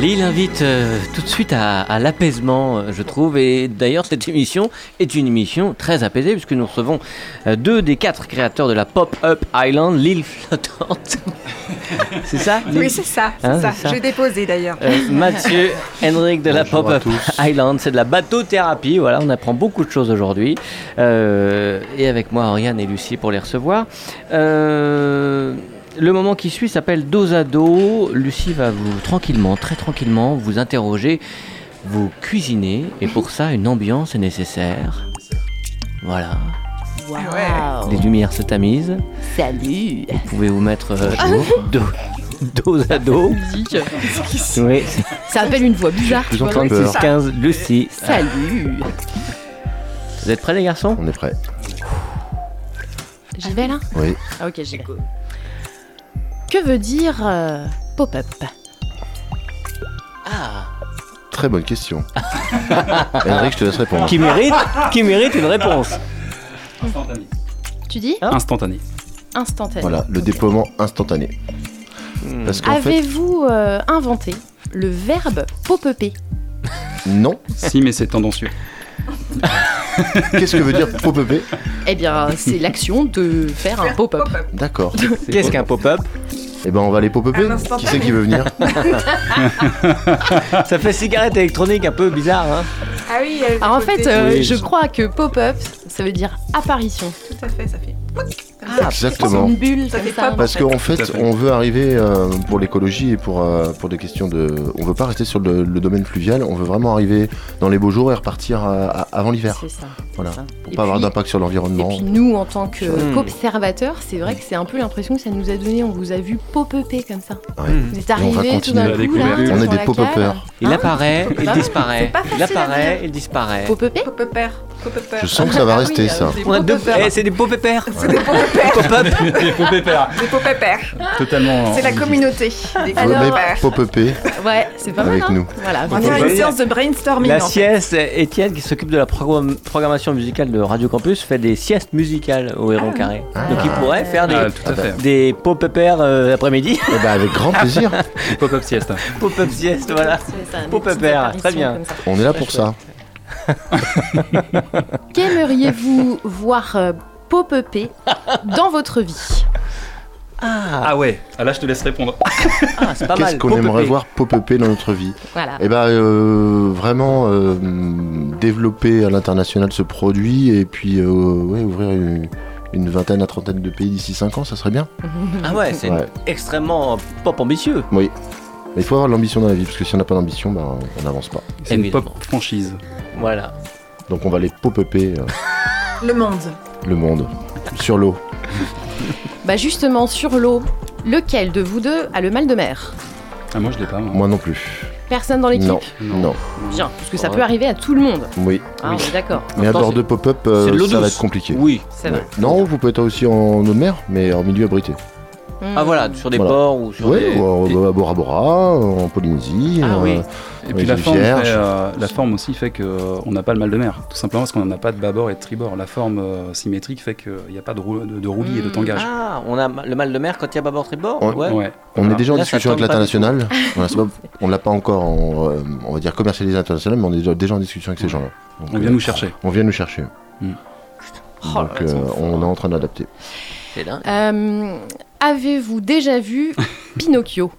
B: Lille invite euh, tout de suite à, à l'apaisement, euh, je trouve. Et d'ailleurs, cette émission est une émission très apaisée, puisque nous recevons euh, deux des quatre créateurs de la Pop-Up Island, l'île flottante. c'est ça
D: Oui,
B: l'île-
D: c'est ça, c'est
B: Hein,
D: ça.
B: c'est ça.
D: J'ai déposé d'ailleurs.
B: Euh, Mathieu, Henrik de la
E: Bonjour à
B: Pop-Up
E: tous.
B: Island, c'est de la bateau-thérapie. Voilà, on apprend beaucoup de choses aujourd'hui. Euh, et avec moi, Oriane et Lucie pour les recevoir. Euh, le moment qui suit s'appelle dos à dos. Lucie va vous tranquillement, très tranquillement, vous interroger, vous cuisiner. Et pour ça, une ambiance est nécessaire. Voilà,
F: Waouh.
B: les lumières se tamisent.
F: Salut.
B: Vous pouvez vous mettre euh, dos, dos à dos. Oui,
F: Ça appelle une voix bizarre.
E: Plus
F: tu vois.
E: entendre.
B: 36 15 Lucie.
F: Salut.
B: Vous êtes prêts les garçons
E: On est prêt.
F: J'y vais là
E: Oui.
F: Ah, ok, j'y vais. Que veut dire euh, pop-up
E: Très bonne question. Henrik, je te laisse répondre.
B: qui mérite, qui mérite une réponse.
G: Instantané.
F: Tu dis
B: Hein
G: Instantané.
F: instantané.
E: Voilà, le déploiement instantané.
B: Hmm.
E: Parce qu'en fait,
F: Avez-vous euh, inventé le verbe pop-upper
E: non.
G: si, mais c'est tendancieux.
E: Qu'est-ce que veut dire pop-up
F: Eh bien, c'est l'action de faire un pop-up.
E: D'accord.
B: Qu'est-ce qu'un pop-up
E: Eh ben, on va aller
D: Un
E: pop-upper.
D: instantané.
E: Qui c'est qui veut venir
B: Ça fait cigarette électronique un peu bizarre. Hein
D: Ah oui, il y a le
F: Alors en
D: côté-
F: fait, euh,
B: Oui.
F: je crois que pop-up, ça veut dire apparition.
D: Tout à fait, ça fait.
E: Ah, Exactement.
F: Une bulle,
D: Ça
F: comme
D: fait
F: ça.
D: pop.
E: Parce qu'en fait,
G: Tout à fait.
E: on veut arriver euh, pour l'écologie et pour, euh, pour des questions de. On veut pas rester sur le, le domaine fluvial, on veut vraiment arriver dans les beaux jours et repartir euh, à- avant l'hiver.
F: C'est ça.
E: Voilà.
F: c'est ça.
E: Pour
F: Et
E: pas avoir
F: puis-
E: d'impact sur
F: Et
E: l'environnement.
F: puis nous, en tant que
B: Hmm.
F: qu'observateurs, c'est vrai que c'est un peu l'impression que ça nous a donné. On vous a vu pop-upper comme ça.
E: Ouais.
D: Mmh.
F: Vous êtes
E: on va
F: arrivés tout
E: continuer
F: d'un
G: à
F: coup
G: découvrir.
F: là.
E: On est
F: sur
E: des
F: la
E: pop-uppers.
F: cale.
B: Il
F: Hein
B: apparaît, il
F: Bah,
B: disparaît.
D: c'est pas facile
B: Il
D: à
B: apparaît,
D: dire.
B: il disparaît.
F: Pop-upper
D: Pop-up-air.
E: Je sens que ça va
F: Ah oui,
E: rester
F: euh,
E: ça.
F: des
B: On a deux.
D: Pop-up.
B: Eh, c'est des beaux pépères.
D: C'est des pop-up,
B: Pop-up.
G: Les faux pépères,
D: des pop-up.
G: totalement.
D: C'est la communauté des
E: Vous
F: Alors-
D: pop-up.
E: pop-upper
F: Ouais, c'est pas mal.
E: Avec
F: hein.
E: nous.
F: Voilà.
D: On va faire une
B: Pop-up.
D: séance de brainstorming.
B: La
D: en fait.
B: sieste, Étienne qui s'occupe de la programme- programmation musicale de Radio Campus fait des siestes musicales au
D: Ah.
B: Héron Carré. Donc il pourrait faire des,
G: Ah, tout à fait.
B: des pop-upers après-midi,
E: Eh ben, avec grand plaisir.
G: Des Pop-up sieste.
B: pop-up sieste, voilà.
F: C'est ça, des
B: Pop-up
F: petites
B: air,
F: apparitions
B: très bien.
F: comme ça.
E: On est là
B: Ah,
E: pour ça.
F: Qu'aimeriez-vous voir euh, pop-upper dans votre vie
G: Ah ouais, ah là je te laisse répondre.
B: Ah, c'est pas
E: Qu'est-ce
B: mal.
E: qu'on
B: pop-upper.
E: aimerait voir pop-upper dans notre vie
B: Ah.
F: Voilà.
E: Eh ben, euh, vraiment euh, développer à l'international ce produit et puis euh, ouais, ouvrir une, une vingtaine à trentaine de pays d'ici 5 ans, ça serait bien.
B: Ah ouais, c'est
E: Ouais.
B: extrêmement pop ambitieux.
E: Oui. Mais il faut avoir de l'ambition dans la vie, parce que si on n'a pas d'ambition, ben, on n'avance pas.
G: C'est une
B: Évidemment.
G: pop franchise.
B: Voilà.
E: Donc on va aller pop-upper euh,
D: Le monde.
E: le monde sur l'eau.
F: Bah justement, sur l'eau, lequel de vous deux a le mal de mer
G: Ah moi je l'ai pas. moi.
E: Moi non plus.
F: Personne dans l'équipe
E: Non, non,
F: Bien, parce que ça
B: Ouais.
F: peut arriver à tout le monde.
E: oui.
F: Ah, on est d'accord,
E: Mais à
B: Pourtant,
E: bord
B: c'est-
E: de pop-up,
B: c'est de
E: euh,
B: l'eau
E: ça va
B: douce.
E: être compliqué.
B: Oui.
F: c'est
E: Ouais.
F: vrai.
E: Non, vous pouvez être aussi en eau de mer, mais en milieu abrité.
F: Hmm.
B: Ah voilà, sur des
E: Voilà.
B: ports ou sur
E: Oui,
B: des...
E: ou
B: des-
E: à- à Bora Bora, en Polynésie. euh,
B: Ah oui.
G: Et
E: Ouais,
G: puis la
E: j'ai
G: forme,
E: vierge.
G: fait, euh, la forme aussi fait qu'on n'a pas le mal de mer, tout simplement parce qu'on n'a pas de bâbord et de tribord. La forme euh, symétrique fait qu'il n'y a pas de, rou- de, de roulis et de
F: Mm.
G: tangage.
B: Ah, on a le mal de mer quand il y a bâbord tribord
E: Ouais.
B: Ah Ouais.
G: Ouais.
E: On
G: Voilà.
E: est déjà en
B: Là, ça
E: discussion avec
B: tombe pas du
E: l'international. Voilà, c'est pas- on l'a pas encore, en, euh, on va dire commercialisé à l'international, mais on est déjà- déjà en discussion avec ces gens-là. Donc,
G: On vient
E: euh,
G: nous chercher. Hmm.
E: On vient nous chercher.
F: Oh là
E: Donc
F: là,
E: euh,
F: ils sont
E: on est en train d'adapter.
B: C'est dingue.
F: Euh, Avez-vous déjà vu Pinocchio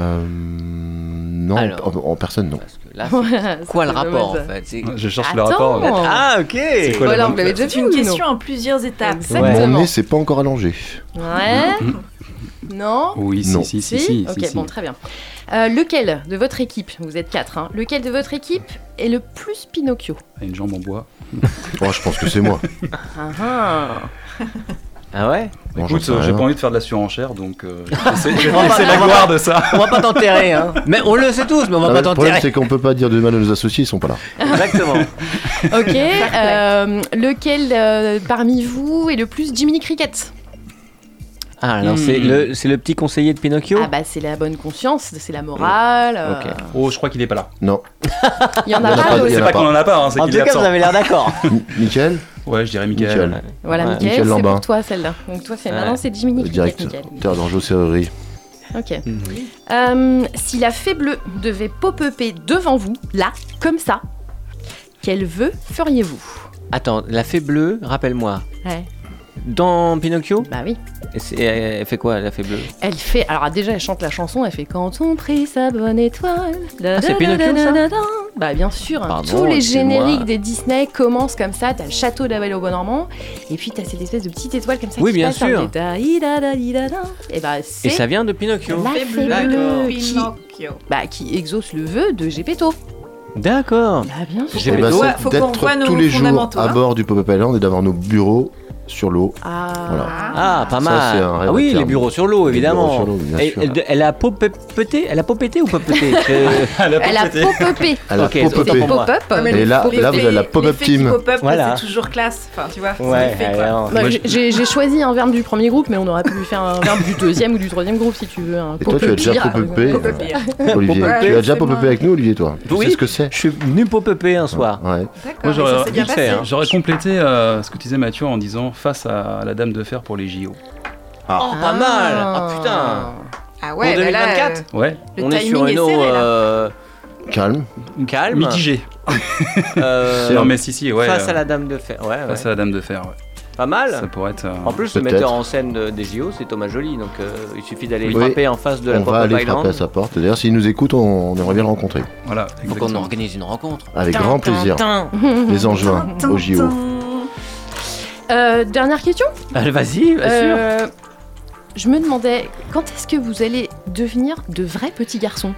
E: Euh, non,
B: Alors.
E: en, en personne, non.
B: Parce que là, c'est-
F: Ouais,
B: quoi le
F: c'est
B: rapport en
F: dommage.
B: fait C'est-
G: Je cherche le
F: Attends.
G: rapport. euh,
B: Ah, ok
G: quoi la
F: Voilà,
G: bonne-
F: vous l'avez déjà
D: C'est
F: vu
D: une
F: ou non
D: question en plusieurs étapes.
F: Exactement.
E: Mon nez, c'est pas encore allongé.
F: Ouais. Non.
G: Mmh. Oui, si,
E: Non.
G: si, si, si.
F: Hein Ok,
G: si, si.
F: bon, très bien. Euh, lequel de votre équipe, vous êtes quatre, hein, lequel de votre équipe est le plus Pinocchio
G: Et Une jambe en bois.
E: Oh, je pense que c'est moi.
F: Ah, ah.
B: Ah ouais
E: Bon, j'en
G: Écoute,
E: sais
G: euh, j'ai
E: rien.
G: pas envie de faire de la surenchère, donc euh, je vais laisser- je
B: On va
G: vais laisser
B: pas-
G: la gloire de ça.
B: On va pas t'enterrer, hein Mais on le sait tous, mais on va
E: Ah,
B: pas
E: le problème,
B: t'enterrer
E: c'est qu'on peut pas dire de mal à nos associés, ils sont pas là.
B: Exactement
F: Ok, euh, lequel euh, parmi vous est le plus Jiminy Cricket
B: Ah, alors c'est
G: Hmm.
B: le, c'est le petit conseiller de Pinocchio
F: Ah bah c'est la bonne conscience, c'est la morale. euh,
B: Ok.
G: Oh, je crois qu'il est pas là.
E: Non.
F: Il y en
E: Il y
F: a
E: en a
F: pas
E: pas
F: d'autres.
E: Il y en
G: C'est
E: a
G: pas qu'on en a pas, hein, c'est
B: En
G: qu'il
B: tout
G: est
B: cas, vous
G: absent.
B: avez l'air d'accord
E: Mi- Michael
G: Ouais, je dirais Mickaël.
E: Michael,
F: Voilà,
B: Ouais.
F: Mickaël,
E: Mickaël
F: c'est
E: Lambin.
F: pour toi celle-là. Donc toi, c'est maintenant
B: Ouais.
F: c'est Jiminy
E: le
F: Cricket, Mickaël.
E: directeur d'Angeau Serrerie.
F: Ok. Euh, si la fée bleue devait pop-upper devant vous, là, comme ça, quel vœu feriez-vous
B: Attends, la fée bleue, rappelle-moi.
F: Ouais.
B: Dans Pinocchio
F: Bah oui.
B: Et c'est- Elle fait quoi, la fée bleue
F: Elle fait. Alors déjà, elle chante la chanson. Elle fait quand on prie sa bonne étoile. Da,
B: Ah, c'est
F: da,
B: Pinocchio,
F: da, da,
B: ça
F: da, da. Bah bien sûr. hein.
B: Pardon,
F: Tous les
B: excuse-moi.
F: génériques des Disney commencent comme ça. T'as le château de la Belle au Bon Normand, et puis t'as cette espèce de petite étoile comme ça.
B: Oui,
F: qui
B: bien
F: passe, hein,
B: sûr.
F: des da, i, da, da, di, da, da. Et bah c'est
B: Et ça vient de Pinocchio
F: la fée
D: D'accord.
F: bleue qui,
D: Pinocchio.
F: bah, qui exauce le vœu de Gepetto.
B: D'accord
F: Bah bien sûr.
B: J'ai-
E: Eh ben,
B: Faut
E: c'est
D: qu'on revoie
E: d'être
D: nos
E: tous les jours
D: fondamentaux,
E: à
D: hein.
E: bord du Pop-Up Island et d'avoir nos bureaux sur l'eau.
F: Ah.
E: Voilà.
B: Ah, pas
E: Ça,
B: mal
E: c'est un rêve
B: Ah oui,
E: à terme.
B: les bureaux sur l'eau,
E: Les
B: évidemment
E: bureaux sur l'eau, bien
B: Et-
E: sûr.
B: elle, elle a popété Elle a popété ou popété Euh,
G: Elle a
F: Elle a pop-upé.
E: Elle a
B: Ok, donc-
E: pop-upé.
B: Pour moi.
F: Pop-up.
D: Ah,
F: Ah,
E: mais Et là- là, vous avez la pop-up team.
D: Pop-up,
B: Voilà.
D: c'est toujours classe. Enfin, tu vois, c'est
B: Ouais,
D: des faits, quoi.
B: alors,
F: Bah,
G: Moi,
F: j'ai- J'ai j'ai choisi un verbe du premier groupe, mais on aurait pu faire un verbe du deuxième ou du troisième groupe si tu veux. un
E: Et toi, tu as déjà
F: pop-up.
E: pop-upé, euh,
D: Pop-up.
E: Olivier.
B: Pop-upé,
E: Tu as déjà
D: c'est
E: pop-upé
D: moi.
E: avec nous, Olivier, toi Tu
B: Oui.
E: sais ce que c'est
B: Je suis venu popéper un soir.
E: Ouais.
G: Moi,
D: D'accord,
G: j'aurais-
D: ça s'est bien
B: vite
D: passé.
B: fait, hein.
G: J'aurais complété euh, ce que tu disais Mathieu en disant face à la dame de fer pour les
B: Oh,
G: JO.
B: pas mal Ah putain
F: Oh,
D: Ah ouais,
B: Pour
D: bah là,
B: 2024.
G: Ouais,
D: euh, le
B: On est
D: timing
B: sur une eau
D: serré, là.
B: euh,
E: Calme.
B: calme.
G: mitigé.
B: Euh,
G: Non mais si si, ouais.
B: face à
G: euh,
B: la dame de fer. Ouais, ouais. Ah
G: face à la dame de fer, ouais.
B: Pas mal.
G: Ça pourrait être. euh,
B: En plus, le
E: Peut-être.
B: metteur en scène de- des JO, c'est Thomas Joly, donc euh, il suffit d'aller
E: Oui.
B: frapper en face de la
E: On va
B: Pop-Up
E: aller frapper à
B: Island.
E: sa porte. D'ailleurs, s'il nous écoute, on, on aimerait bien le rencontrer.
G: Voilà,
B: Faut qu'on
G: exactement.
B: organise une rencontre.
E: Avec grand plaisir. Les Angevins au JO.
F: Euh, dernière question.
B: Allez, Vas-y, bien sûr.
F: Euh, je me demandais quand est-ce que vous allez devenir de vrais petits garçons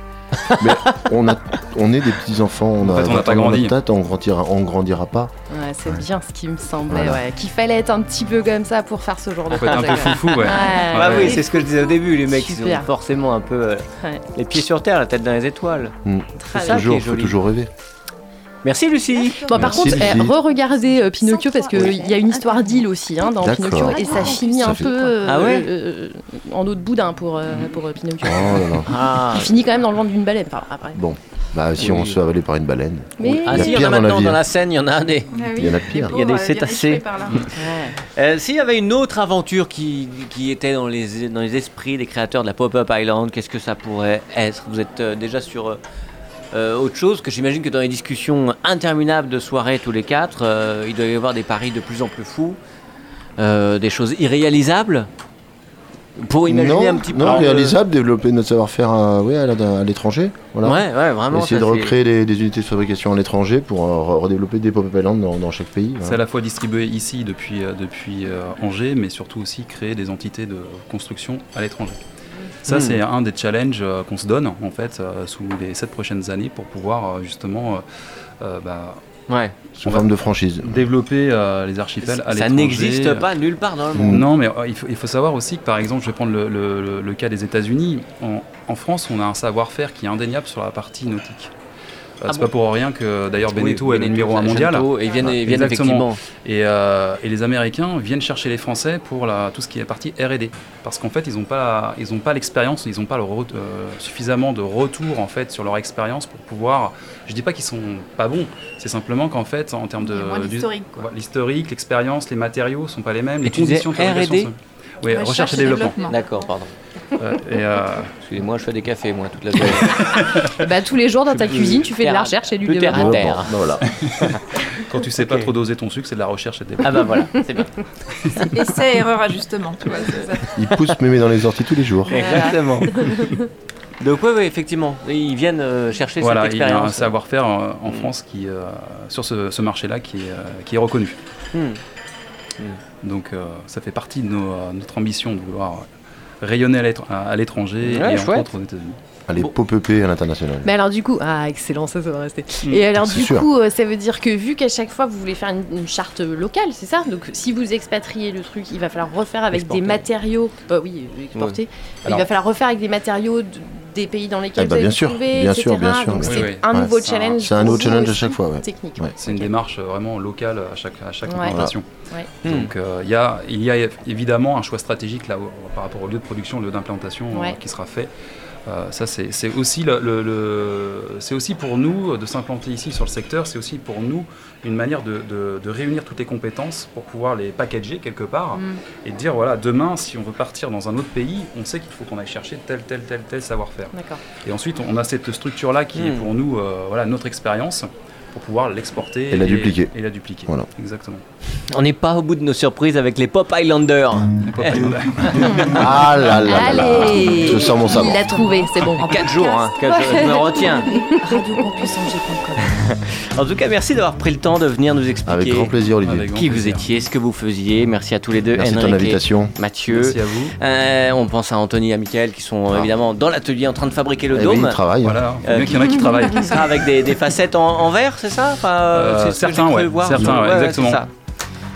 E: On, a, on est des petits enfants. On a,
G: En fait, on n'a
E: 20
G: pas
E: ans dans notre
G: grandi.
E: tête, on grandira, on grandira pas.
F: Ouais, C'est bien ce qui me semblait,
E: Voilà.
F: ouais, qu'il fallait être un petit peu comme ça pour faire ce genre de
G: Faut être un
F: projet.
G: peu foufou, ouais. Ah
F: Ouais.
B: Bah
G: ouais.
B: oui, c'est ce que je disais au début, les mecs, ils
F: Super.
B: ont forcément un peu euh,
F: Ouais.
B: les pieds sur terre, la tête dans les étoiles. Ah,
F: Très
B: c'est
F: bien.
B: ça. qui est
E: Mm. toujours, faut
B: joli.
E: toujours rêver.
B: Merci Lucie.
F: Bon, par
E: Merci,
F: contre,
E: Lucie.
F: eh, re-regardez euh, Pinocchio parce qu'il
H: Oui.
F: y a une histoire d'île aussi hein, dans
E: D'accord.
F: Pinocchio et ça finit
E: Ça
F: un
E: fait-
F: peu euh,
B: Ah ouais
F: euh, en eau de boudin pour, euh, pour euh, Pinocchio.
E: Oh là là.
B: Ah,
F: Il finit quand même dans le ventre d'une baleine. Enfin, après.
E: Bon, bah si
B: Oui.
E: on se fait avaler par une baleine.
F: Mais
B: ah
E: Il y a
B: si, il y en
E: pire
B: a
E: dans la
B: maintenant
E: vie,
B: dans
E: hein.
B: la scène, il y en a un des.
E: Il y en a pire.
B: Il y a des cétacés.
F: Ouais.
B: Euh, S'il y avait une autre aventure qui, qui était dans les, dans les esprits des créateurs de la Pop-Up Island, qu'est-ce que ça pourrait être Vous êtes euh, déjà sur euh, euh, autre chose, que j'imagine que dans les discussions interminables de soirée tous les quatre, euh, il doit y avoir des paris de plus en plus fous, euh, des choses irréalisables pour imaginer
E: non,
B: un petit peu.
E: non,
B: le-
E: réalisable, développer notre savoir-faire à, ouais, à la- à l'étranger. Voilà.
B: Ouais, ouais, vraiment.
E: Essayer
B: ça,
E: de
B: c'est-
E: recréer des, des unités de fabrication à l'étranger pour euh, re- redévelopper des pop-up islands dans, dans chaque pays. hein,
G: C'est à
E: voilà.
G: la fois distribué ici depuis, euh, depuis euh, Angers, mais surtout aussi créer des entités de construction à l'étranger. Ça,
B: Hmm.
G: c'est un des challenges euh, qu'on se donne, en fait, euh, sous les sept prochaines années pour pouvoir euh, justement euh, euh, bah,
B: Ouais.
E: Sous forme de franchise.
G: développer euh, les archipels à l'étranger.
B: Ça
G: euh,
B: n'existe pas nulle part dans le monde.
G: Non, mais euh, il faut, il faut savoir aussi que, par exemple, je vais prendre le, le- le- le cas des États-Unis. En, en France, on a un savoir-faire qui est indéniable sur la partie nautique. Euh,
B: Ah
G: c'est
B: bon
G: pas pour rien que d'ailleurs
B: Oui,
G: Beneteau est le
B: Beneteau,
G: numéro 1 mondial. hein.
B: Beneteau, Et ils viennent, ils viennent
G: Exactement.
B: effectivement.
G: Et, euh, et les Américains viennent chercher les Français pour la, tout ce qui est partie R&D, parce qu'en fait ils n'ont pas, ils ont pas l'expérience, ils n'ont pas le re- euh, suffisamment de retour en fait sur leur expérience pour pouvoir. Je dis pas qu'ils sont pas bons, c'est simplement qu'en fait en termes
D: Il y
G: de
D: a moins
G: du-
D: d'historique, quoi.
G: voilà, l'historique, l'expérience, les matériaux sont pas les mêmes,
B: Et
G: les
B: tu disais
G: conditions de fabrication
B: R&D?
G: sont- Ouais, recherche et développement.
B: D'accord, pardon.
G: Euh, et, euh,
B: Excusez-moi, je fais des cafés, moi, toute la journée.
F: Bah, tous les jours dans ta
B: Plus
F: cuisine, tu fais de
B: terre à-
F: la recherche et du
B: plus terre à
F: développement.
B: terre.
E: Bon, voilà.
G: quand tu sais pas
B: Ok.
G: trop doser ton sucre, c'est de la recherche et des
B: ah bah voilà, c'est bien.
D: Essai, erreur, ajustement. Tu vois, c'est ça.
E: Ils poussent mémé dans les orties tous les jours.
B: Exactement. Donc oui, ouais, effectivement, ils viennent euh, hmm. chercher
G: Voilà,
B: cette
G: il y a un
B: expérience.
G: savoir-faire euh, en France qui, euh, sur ce, ce marché-là qui, est, euh, qui est reconnu.
B: Hmm.
G: Donc euh, ça fait partie de nos, euh, notre ambition de vouloir euh, rayonner à l'étr- à à l'étranger
B: Ouais,
G: et
B: chouette.
G: en contre aux États-Unis.
E: Allez,
B: Bon.
E: pop-upper à l'international.
F: Mais alors du coup, ah excellent, ça, ça va rester.
G: Mm.
F: Et alors
E: C'est
F: du
E: sûr.
F: coup, euh, ça veut dire que vu qu'à chaque fois vous voulez faire une, une charte locale, c'est ça Donc si vous expatriez le truc, il va falloir refaire avec
B: Exporter.
F: des matériaux. Bah oui, exporter.
G: Alors-
F: il va falloir refaire avec des matériaux de- des pays dans lesquels
E: Eh bah,
F: vous avez
E: bien sûr,
F: trouvé,
E: bien
F: etc.
E: sûr, bien sûr,
F: Donc
E: oui,
F: c'est
G: oui.
F: un
E: Ouais,
F: nouveau
G: c'est un-
F: challenge.
E: c'est un
F: pour
E: autre
F: vous
E: challenge à
F: aussi,
E: chaque fois, ouais.
F: Technique.
E: Ouais.
G: C'est une
F: Ok.
G: démarche euh, vraiment locale à chaque, à chaque
F: Ouais.
G: implantation.
F: Ouais.
B: Hmm.
G: Donc euh, il y a, il y a évidemment un choix stratégique là, au- par rapport au lieu de production, au lieu d'implantation euh,
F: Ouais.
G: qui sera fait. Euh, ça c'est c'est aussi, le, le- le- c'est aussi pour nous euh, de s'implanter ici sur le secteur, c'est aussi pour nous une manière de, de- de réunir toutes les compétences pour pouvoir les packager quelque part
F: Mm.
G: et de dire voilà demain si on veut partir dans un autre pays, on sait qu'il faut qu'on aille chercher tel tel tel tel savoir-faire.
F: D'accord.
G: Et ensuite on a cette structure là qui est
B: Mm.
G: pour nous euh, voilà notre expérience pour pouvoir l'exporter
E: Et la dupliquer.
G: Et la dupliquer.
E: Voilà.
G: Exactement.
B: On n'est pas au bout de nos surprises avec les Pop Islanders.
E: Ah là là là là.
F: Allez,
E: Je sors mon sabre.
F: Il l'a trouvé, c'est bon.
B: En 4 jours, hein, quatre jours, je me retiens.
C: eh, radiocampusangers.com.
B: En tout cas, merci d'avoir pris le temps de venir nous
E: Avec
B: expliquer
E: grand plaisir, Olivier.
G: Avec grand
B: qui vous
G: plaisir.
B: étiez, ce que vous faisiez. Merci à tous les deux,
E: Merci de ton
B: Henrik et
E: invitation.
B: Mathieu.
G: Merci à vous.
B: Euh, on pense à Anthony et à Michael qui sont euh,
E: Ah.
B: évidemment dans l'atelier en train de fabriquer le
E: Eh oui,
B: dôme.
E: il travaille.
G: Voilà, faut
B: Euh,
G: bien qu'il y en a qui travaillent.
B: qui sera avec des, des facettes en, en verre, c'est ça Enfin, euh,
G: Euh,
B: c'est ce que j'ai
G: certains,
B: cru
G: ouais.
B: voir.
G: Certains, ouais,
B: c'est
G: exactement.
B: ça.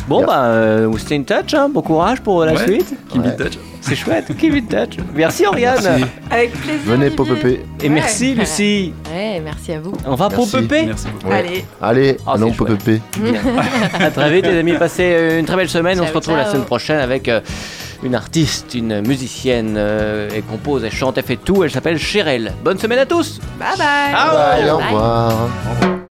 B: Bon,
E: Bien.
B: bah, euh, we stay in touch, hein. bon courage pour la
G: Ouais.
B: suite.
G: Keep
E: Ouais.
G: it touch.
B: C'est chouette, keep in touch. Merci Oriane.
E: Merci.
D: Avec plaisir.
E: Venez
D: Olivier.
E: pop-upper.
B: Et merci Lucie.
F: Ouais, merci à vous.
B: On va
E: Merci.
B: pomper.
G: Merci beaucoup.
E: Ouais.
D: Allez.
E: Allez,
B: Ah,
E: allons
B: c'est chouette.
E: pop-upper.
B: À très vite, les amis. Passez euh, une très belle semaine. On
F: Ciao,
B: se retrouve la
F: ciao.
B: semaine prochaine avec euh, une artiste, une musicienne. euh, elle compose, elle
E: Ah.
B: chante, elle fait tout. Elle s'appelle Cheryl. Bonne semaine à tous.
D: Bye bye.
E: Bye, au
F: Bye.
E: revoir.